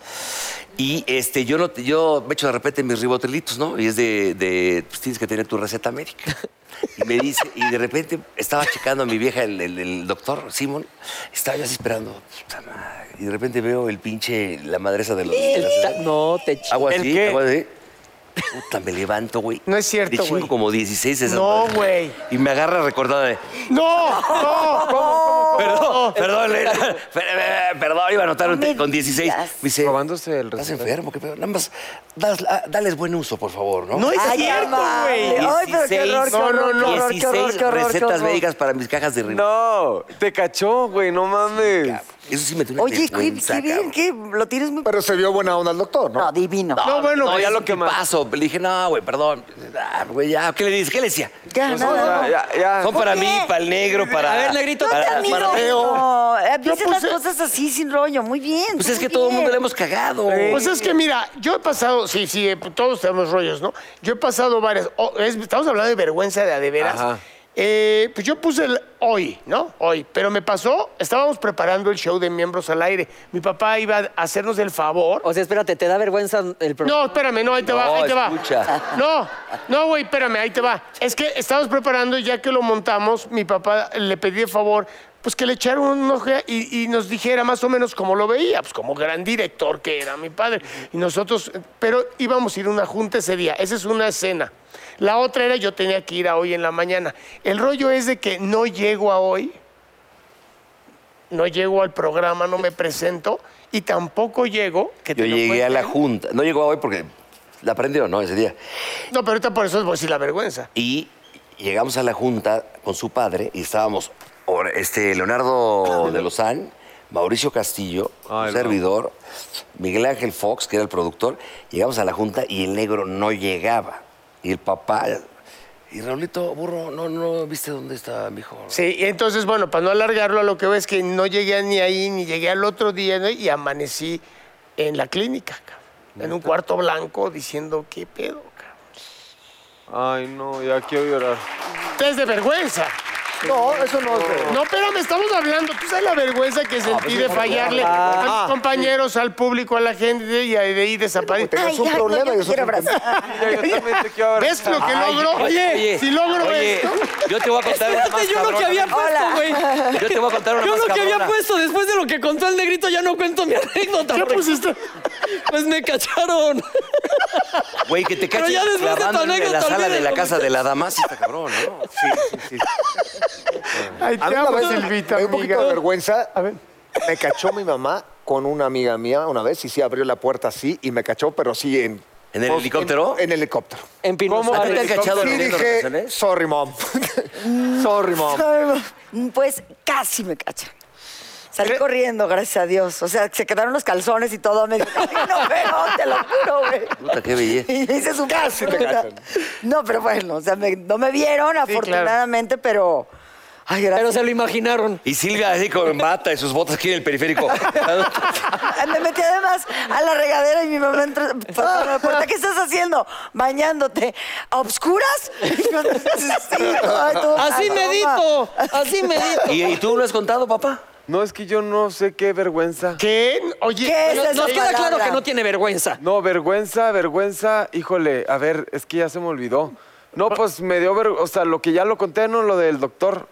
Y este, yo, no, te- yo me echo de repente mis ribotrilitos, ¿no? Y es de, de, pues tienes que tener tu receta médica. Y me dice, y de repente estaba checando a mi vieja, el, el- el doctor Simon, estaba yo así esperando. puta madre, Y de repente veo el pinche, la madresa de los... de las- Está- No, te ch- Hago ¿El así, qué? hago así. Puta, me levanto, güey. No es cierto, De chingo güey. como 16 esas No, madres. güey. Y me agarra recordada de... No, no, Perdón, perdón, le- per- eh, perdón, iba a anotar un te- con 16. Me dice, Robándose el estás respeto. enfermo, qué pedo. Nada más, das- ah, dales buen uso, por favor, ¿no? no es Ay, cierto, amable. güey. Ay, pero qué horror, qué No, no, horror, no. qué horror, qué 16 horror, qué horror, qué recetas horror. médicas para mis cajas de riñón. No, te cachó, güey, no mames. Eso sí me dio una Oye, qué, vergüenza, qué bien, cabrón. que lo tienes muy... Pero se vio buena onda el doctor, ¿no? No, divino. No, bueno, No, pues, ya es lo un que tipazo. paso. Le dije, no, güey, perdón. Ah, güey, ya. ¿Qué le dices? ¿Qué le decía? ya, Pues, nada. ya, ya, ya. Son para ¿Por mí, qué? para el negro, para. A ver, negrito, No te para- admiro. para- No, eh, dices puse- las cosas así sin rollo, muy bien. Pues tú es muy que todo el mundo le bien. hemos cagado. Pues es que mira, yo he pasado, sí, sí, eh, todos tenemos rollos, ¿no? Yo he pasado varias. o- es- estamos hablando de vergüenza de a de veras. Ajá. Eh, pues yo puse el hoy, ¿no? Hoy. Pero me pasó, estábamos preparando el show de miembros al aire. Mi papá iba a hacernos el favor. O sea, espérate, ¿te da vergüenza el pro- No, espérame, no, ahí te No, va, ahí te va. escucha. No, no, güey, espérame, ahí te va. Es que estábamos preparando y ya que lo montamos, mi papá le pedí de favor, pues que le echara un ojo y, y nos dijera más o menos cómo lo veía, pues como gran director que era mi padre. Y nosotros, pero íbamos a ir a una junta ese día, esa es una escena. La otra era yo tenía que ir a hoy en la mañana. El rollo es de que no llego a hoy no llego al programa, no me presento y tampoco llego. Que te Yo lo llegué a la cuenten. junta. No llegó hoy porque la prendió, ¿no? Ese día. No, pero ahorita por eso voy a decir la vergüenza. Y llegamos a la junta con su padre y estábamos or- este, Leonardo de Lozán, Mauricio Castillo, un Ay, no. servidor, Miguel Ángel Fox, que era el productor. Llegamos a la junta y el negro no llegaba. Y el papá. Y Raulito, burro, no, no viste dónde está mi hijo. Sí, y entonces, bueno, para no alargarlo, a lo que veo es que no llegué ni ahí, ni llegué al otro día ¿no? y amanecí en la clínica, cabrón, en un cuarto blanco, diciendo, ¿qué pedo, cabrón? Ay, no, ya quiero llorar. Es de vergüenza. No, eso no es verdad. No, pero me estamos hablando. Tú sabes la vergüenza que pues sentí de fallarle Ah, a mis compañeros, al público, a la gente y ahí de ahí desaparecer. Tenemos Ay, un ya, no, problema yo y te eso quiero es un- abrazar. yo también te quiero ¿Ves lo que Ay, logro? Oye, si logro oye, esto. Yo te voy a contar una más Espérate, yo lo que cabrona. había puesto, güey. Yo te voy a contar una Yo más lo que había cabrona. puesto, después de lo que contó el negrito, ya no cuento mi anécdota. ¿Qué porque- pusiste? Pues me cacharon. Güey, que te Pero cachen ya después de tu lavando en la anécdota, sala de la olvídalo. casa de la dama, sí está cabrón, ¿no? Ay, te A mí una amo, vez Silvita, me dio un poquito de amiga. vergüenza. A ver. Me cachó mi mamá con una amiga mía una vez y sí abrió la puerta así y me cachó, pero sí en... pues, ¿En el helicóptero? En, helicóptero. En Pino ¿A ti te han Suárez. cachado Sí vendiendo dije, relaciones? sorry, mom. sorry, mom. Pues casi me cachan. Salí corriendo, gracias a Dios. O sea, se quedaron los calzones y todo a medio camino, pero te lo juro, güey. Puta, qué belleza. Y hice su Casi te cachan. No, pero bueno, o sea, me- no me vieron, afortunadamente, pero. Ay, gracias. Pero se lo imaginaron. Y Silvia así con bata y sus botas aquí en el periférico. Ay, Me metí además a la regadera y mi mamá entró por la puerta. ¿Qué estás haciendo? Bañándote. ¿A obscuras? Y yo, "Sí, ay, tú, Así ay, mamá". medito, así medito. ¿Y, y tú lo has contado, papá? No, es que yo no sé qué vergüenza. ¿Qué? Oye, ¿Qué es esa Nos queda claro palabra? que no tiene vergüenza. No, vergüenza, vergüenza. Híjole, a ver, es que ya se me olvidó. No, pues me dio vergüenza. O sea, lo que ya lo conté, no lo del doctor.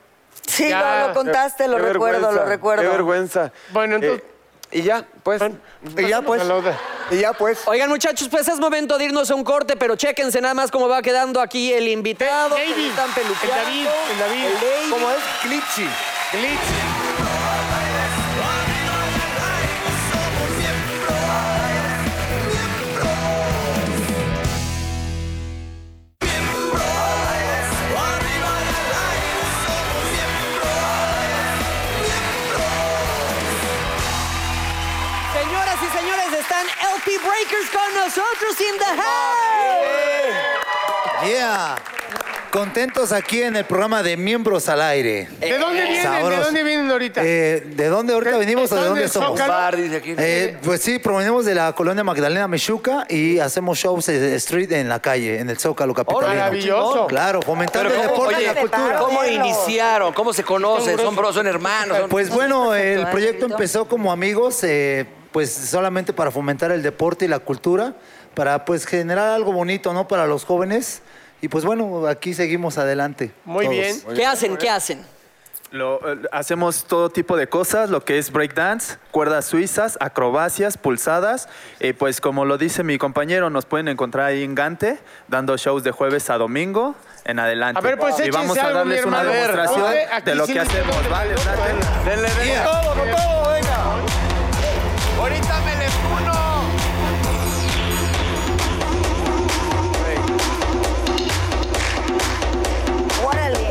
Sí, Ya. no, lo contaste, lo Qué recuerdo, lo vergüenza, recuerdo. Qué vergüenza. Bueno, entonces- y ya, pues. Y ya pues, y ya pues. Oigan, muchachos, pues es momento de irnos a un corte, pero chéquense nada más cómo va quedando aquí el invitado. David, que están el peluqueando. David, el David. David. ¿Cómo es? Clipsy. Glitch. Señoras y señores, están LP Breakers con nosotros in the house. Yeah. Contentos aquí en el programa de Miembros al Aire. ¿De dónde vienen? ¿De Sabroso. dónde vienen ahorita? Eh, ¿De dónde ahorita venimos o de ¿Están en dónde el somos? Zócalo? Bar, dice aquí. Eh, pues sí, provenimos de la colonia Magdalena Michuca y hacemos shows de street en la calle, en el Zócalo capitalino. maravilloso. Claro, fomentando el deporte y la cultura. ¿cómo Claro. iniciaron? ¿Cómo se conocen? ¿Son bros? ¿Son hermanos? Son- Pues bueno, el Perfecto, ¿eh, proyecto Pedrito? empezó como amigos. eh, pues solamente para fomentar el deporte y la cultura, para pues generar algo bonito, ¿no? Para los jóvenes. Y pues bueno, aquí seguimos adelante. Muy todos. bien. ¿Qué hacen? ¿Qué hacen? Lo, eh, hacemos todo tipo de cosas, lo que es breakdance, cuerdas suizas, acrobacias, pulsadas. Y pues como lo dice mi compañero, nos pueden encontrar ahí en Gante, dando shows de jueves a domingo en adelante. A ver, pues y échense vamos a algo, mi darles una hermano. demostración A ver, eh, aquí de lo sí que me siento hacemos. Vale, orgulloso, dale. ¿eh? Denle, denle. Yeah. Todo, con todo, Oh, venga. Ahorita me les uno. ¡Órale!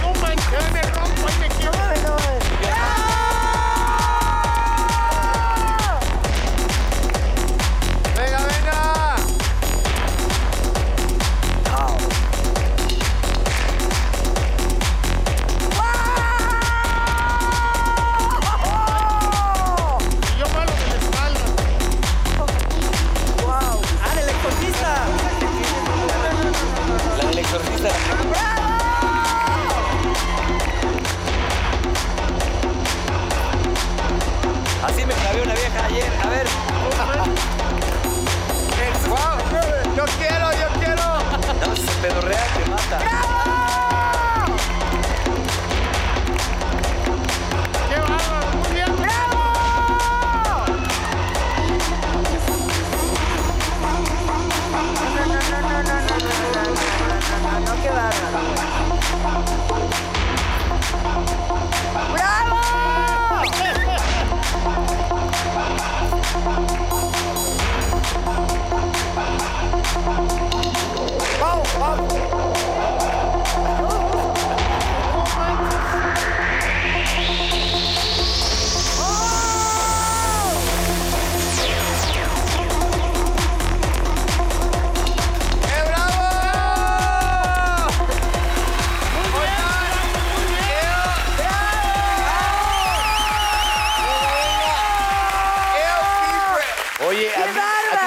No manches, ahí me rompo, ahí me quiero. Venga, venga. Y yo malo de la espalda. ¡Ah, el exorcista! La del exorcista. Así me clavé una vieja ayer. A ver. Yo quiero, yo quiero. No, si se pedorrea, te mata. ¡Qué bárbaro! ¡Muy bien! ¡Qué bravo! Oye, a mí- a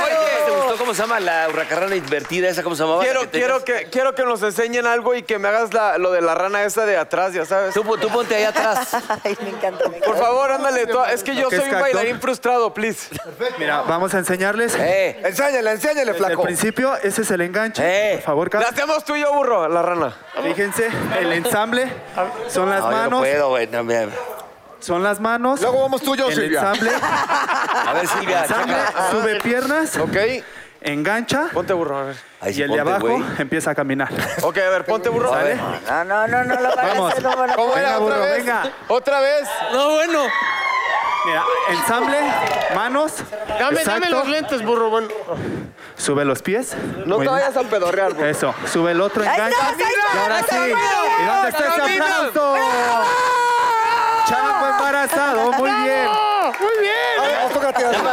ti, ¿Te gustó cómo se llama la hurracarrana invertida esa? ¿Cómo se llamaba? Quiero, La que te- quiero, que, quiero que nos enseñen algo y que me hagas la- lo de la rana esa de atrás, ya sabes. Tú, pon- tú ponte ahí atrás. Ay, me encanta, me encanta. Por favor, ándale. tú- es que yo Lo que es soy un cacto. bailarín frustrado, please. Mira, vamos a enseñarles. Eh, Enséñale, enséñale, Desde el principio, ese es el enganche. Eh. Por favor, La Carlos. hacemos tú y yo, burro, la rana. Fíjense, el ensamble son las no, yo no manos. puedo, güey. no, mira. Son las manos. Luego vamos tú y yo, el Silvia. ensamble, A ver, Silvia, ensamble, checa. Ah. sube piernas, Ok. engancha Ponte burro, a ver. Ahí sí y el de ponte, abajo güey. empieza a caminar. Ok, a ver, ponte burro. A ver. No, no, no, no lo van a Vamos. hacer, no van a ¿Cómo Venga, era? ¿Otra burro, vez? venga. ¿Otra vez? No, bueno. Mira, ensamble, manos. Dame, dame exacto. los lentes, burro. Bueno. Sube los pies. No Muy bien. te vayas a pedorrear, burro. Eso, sube el otro, Ahí engancha. estás, ahí estás, y ahora ahí sí. estás, bravo, ¿Y dónde está ese camina. aplauso? Chango embarazado, muy bien. ¡Muy bien!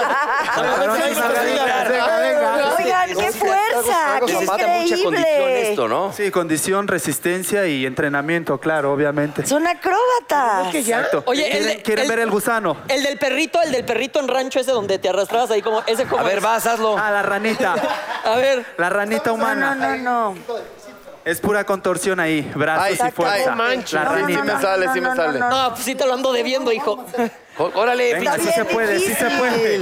Pero no hay margaritas, venga, venga. Oigan, qué fuerza, qué Necesita mucha condición increíble. esto, ¿no? Sí, condición, resistencia y entrenamiento, claro, obviamente. Son acróbatas. Ah, Exacto. Oye, el ¿quieren, de- quieren el- ver el gusano? El del perrito, el del perrito en rancho ese donde te arrastrabas ahí como... Ese como A ver, vas, hazlo. Ah, la ranita. A ver. La ranita No, humana. no, no, no. Es pura contorsión ahí, brazos Ay, y fuerza. ay, manches. la No, no, no, ranita. me no, sale, no, sí me no, sale. no, no. No, pues sí te lo ando debiendo, hijo. Ó- Órale, Venga, sí Está se bien puede, sí se difícil. puede.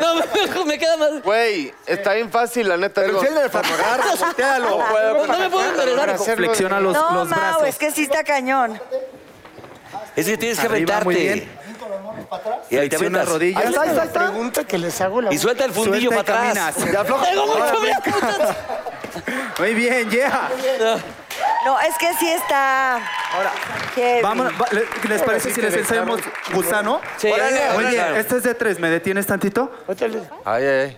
No, me- me queda más... Güey, está bien fácil, la neta. Pero digo. enséñale el flaco. No puedo. No me puedo enderezar. hijo. Flexiona los, No, los Mau, brazos. es que sí está cañón. Es que tienes que Arriba, muy aventarte. bien. Y ahí te Flexiona aventas. rodillas. Ahí está, ahí está, ahí La pregunta que les hago la Y suelta el fundillo Suelta y para atrás. caminas. Ya afloja. Tengo mucho Ahora miedo. brinca. Muy bien, yeah. No, es que sí está. Ahora, Vámonos, va- le- ¿Les parece si les ensayamos gusano? Sí. Órale, Órale, Muy bien, órale. este es de tres. ¿Me detienes tantito? Ay, ay, ay.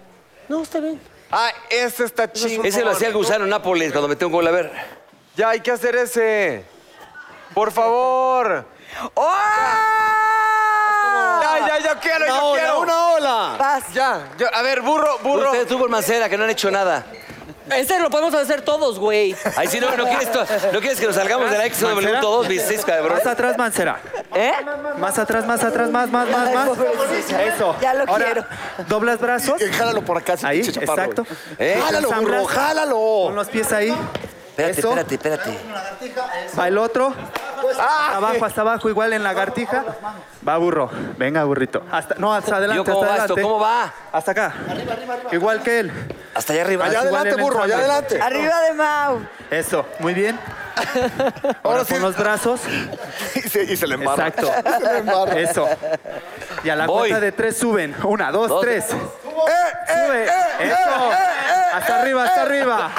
No, está bien. Ah, ese está chingón. Ese lo hacía el gusano Nápoles cuando metió un gol. A ver. Ya hay que hacer ese. Por favor. Ya, ya, yo quiero, yo quiero. Una ola. Vas. Ya. yo- a ver, burro, burro. Ustedes tuvo el Mancera, que no han hecho nada. Este lo podemos hacer todos, güey. Ahí sí, no, no quieres, to- no quieres que nos salgamos de la Mancera. X1W2, mis seis cabrón. Más atrás, Mancera. ¿Eh? Más atrás, más atrás, más, más, más, más. Eso. Ya lo Ahora, quiero. doblas brazos. Jálalo por acá, sí, Ahí, pinche chaparro. exacto. ¿Eh? Jálalo, Las burro, ambras. Con jálalo. los pies ahí. Espérate, Eso. espérate, espérate. Va el otro. Ah. Hasta abajo, hasta abajo, igual en lagartija. Va burro. Venga, burrito. Hasta, no, hasta adelante, Yo, ¿cómo hasta va esto? adelante. ¿Cómo va? Hasta acá. Arriba, arriba, arriba. Igual que él. Hasta allá arriba. Allá Igual adelante, en el burro, allá ensamble. adelante. Arriba de Mau. Eso, muy bien. Ahora con los brazos. Y se, y se le embarra. Exacto. Se le embarra. Eso. Y a la Voy. cuenta de tres suben. Una, dos, Dos. tres. Eh, Sube. Eso. eh, Hasta arriba, hasta arriba.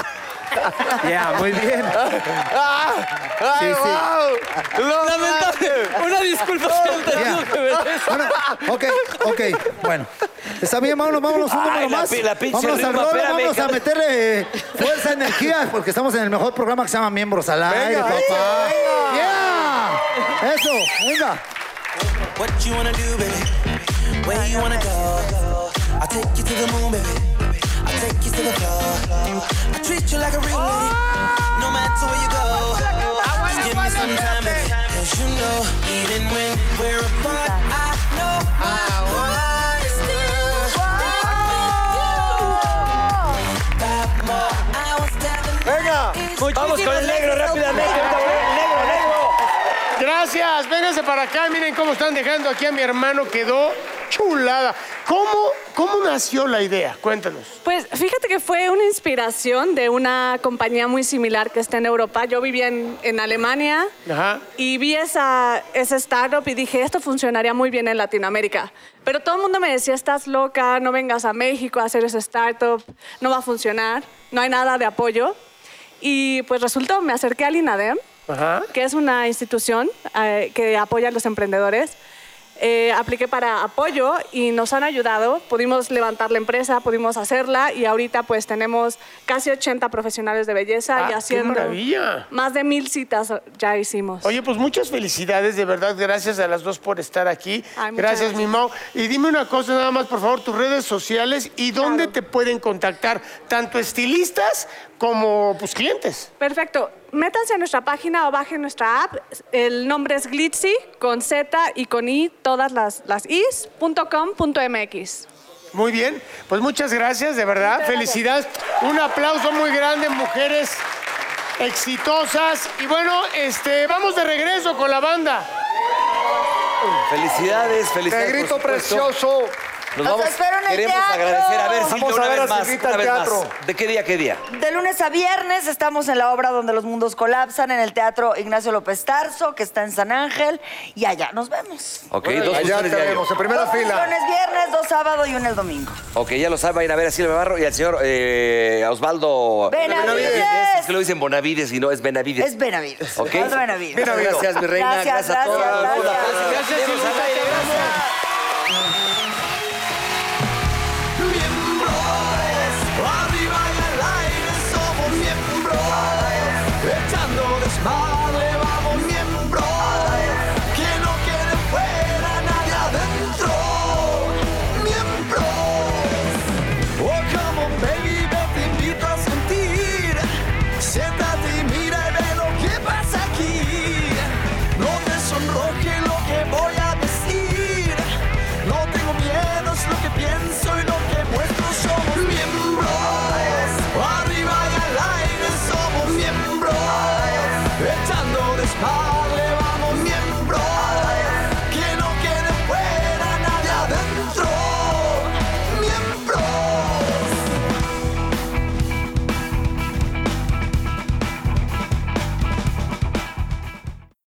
Ya, muy bien. Sí, sí. Una disculpa, señor, te Ya. digo que me- Bueno, ok, ok, bueno. Está bien, vámonos, vámonos un Ay, número la más. pi- la pinche vámonos al rima, rolo, espérame, vámonos a cabrón. meterle eh, fuerza, energía, porque estamos en el mejor programa que se llama Miembros al Aire, eh. papá. Yeah. Eso, venga. What you wanna do, baby? Where you wanna go? I'll take you to the moon, baby. I'll take you to the floor. I treat you like a real lady, no matter where you go. Just give me some time, baby. 'Cause you know, even when we're apart, I know my heart is still with you. Five more hours down the Vamos con el negro rápidamente. ahorita volvemos, el negro, negro. Gracias, vénganse para acá, miren cómo están dejando aquí a mi hermano, quedó chulada. ¿Cómo, cómo nació la idea? Cuéntanos. Pues fíjate que fue una inspiración de una compañía muy similar que está en Europa. Yo vivía en, en Alemania Ajá. y vi esa, esa startup y dije, esto funcionaría muy bien en Latinoamérica. Pero todo el mundo me decía, estás loca, no vengas a México a hacer esa startup, no va a funcionar, no hay nada de apoyo. Y pues resultó, me acerqué al INADEM, Ajá. que es una institución eh, que apoya a los emprendedores. Eh, apliqué para apoyo y nos han ayudado. Pudimos levantar la empresa, pudimos hacerla y ahorita pues tenemos casi 80 profesionales de belleza Ah, y qué haciendo maravilla. más de mil citas ya hicimos. Oye, pues muchas felicidades, de verdad, gracias a las dos por estar aquí. Ay, muchas gracias, gracias. mi Mau. Y dime una cosa nada más, por favor, tus redes sociales y dónde Claro. te pueden contactar, tanto estilistas como pues, clientes. Perfecto. Métanse a nuestra página o bajen nuestra app. El nombre es Glitzy con Z y con I, todas las, las Is, punto com, punto MX. Muy bien, pues muchas gracias, de verdad. Felicidades. Un aplauso muy grande, mujeres exitosas. Y bueno, este, vamos de regreso con la banda. Felicidades, felicidades. por Negrito supuesto. precioso. Nos Nos vamos. espero en el Queremos teatro. agradecer a ver si Vamos a una ver vez a más, Silvita una al vez más. teatro. ¿De qué día a qué día? De lunes a viernes estamos en la obra donde los mundos colapsan en el Teatro Ignacio López Tarso, que está en San Ángel, y allá nos vemos. Ok, Órale, dos allá funciones te diario. vemos, en primera Dos fila. lunes, viernes, dos sábado y una el domingo. Ok, ya lo saben, vayan a ver a Silvia Barro y al señor eh, a Osvaldo... Benavides. Es que lo dicen Bonavides y no es Benavides. Es Benavides. Ok. Es Benavides. Gracias, mi reina. Gracias, a todos. Gracias, gracias. Gracias, Silvita. Oh,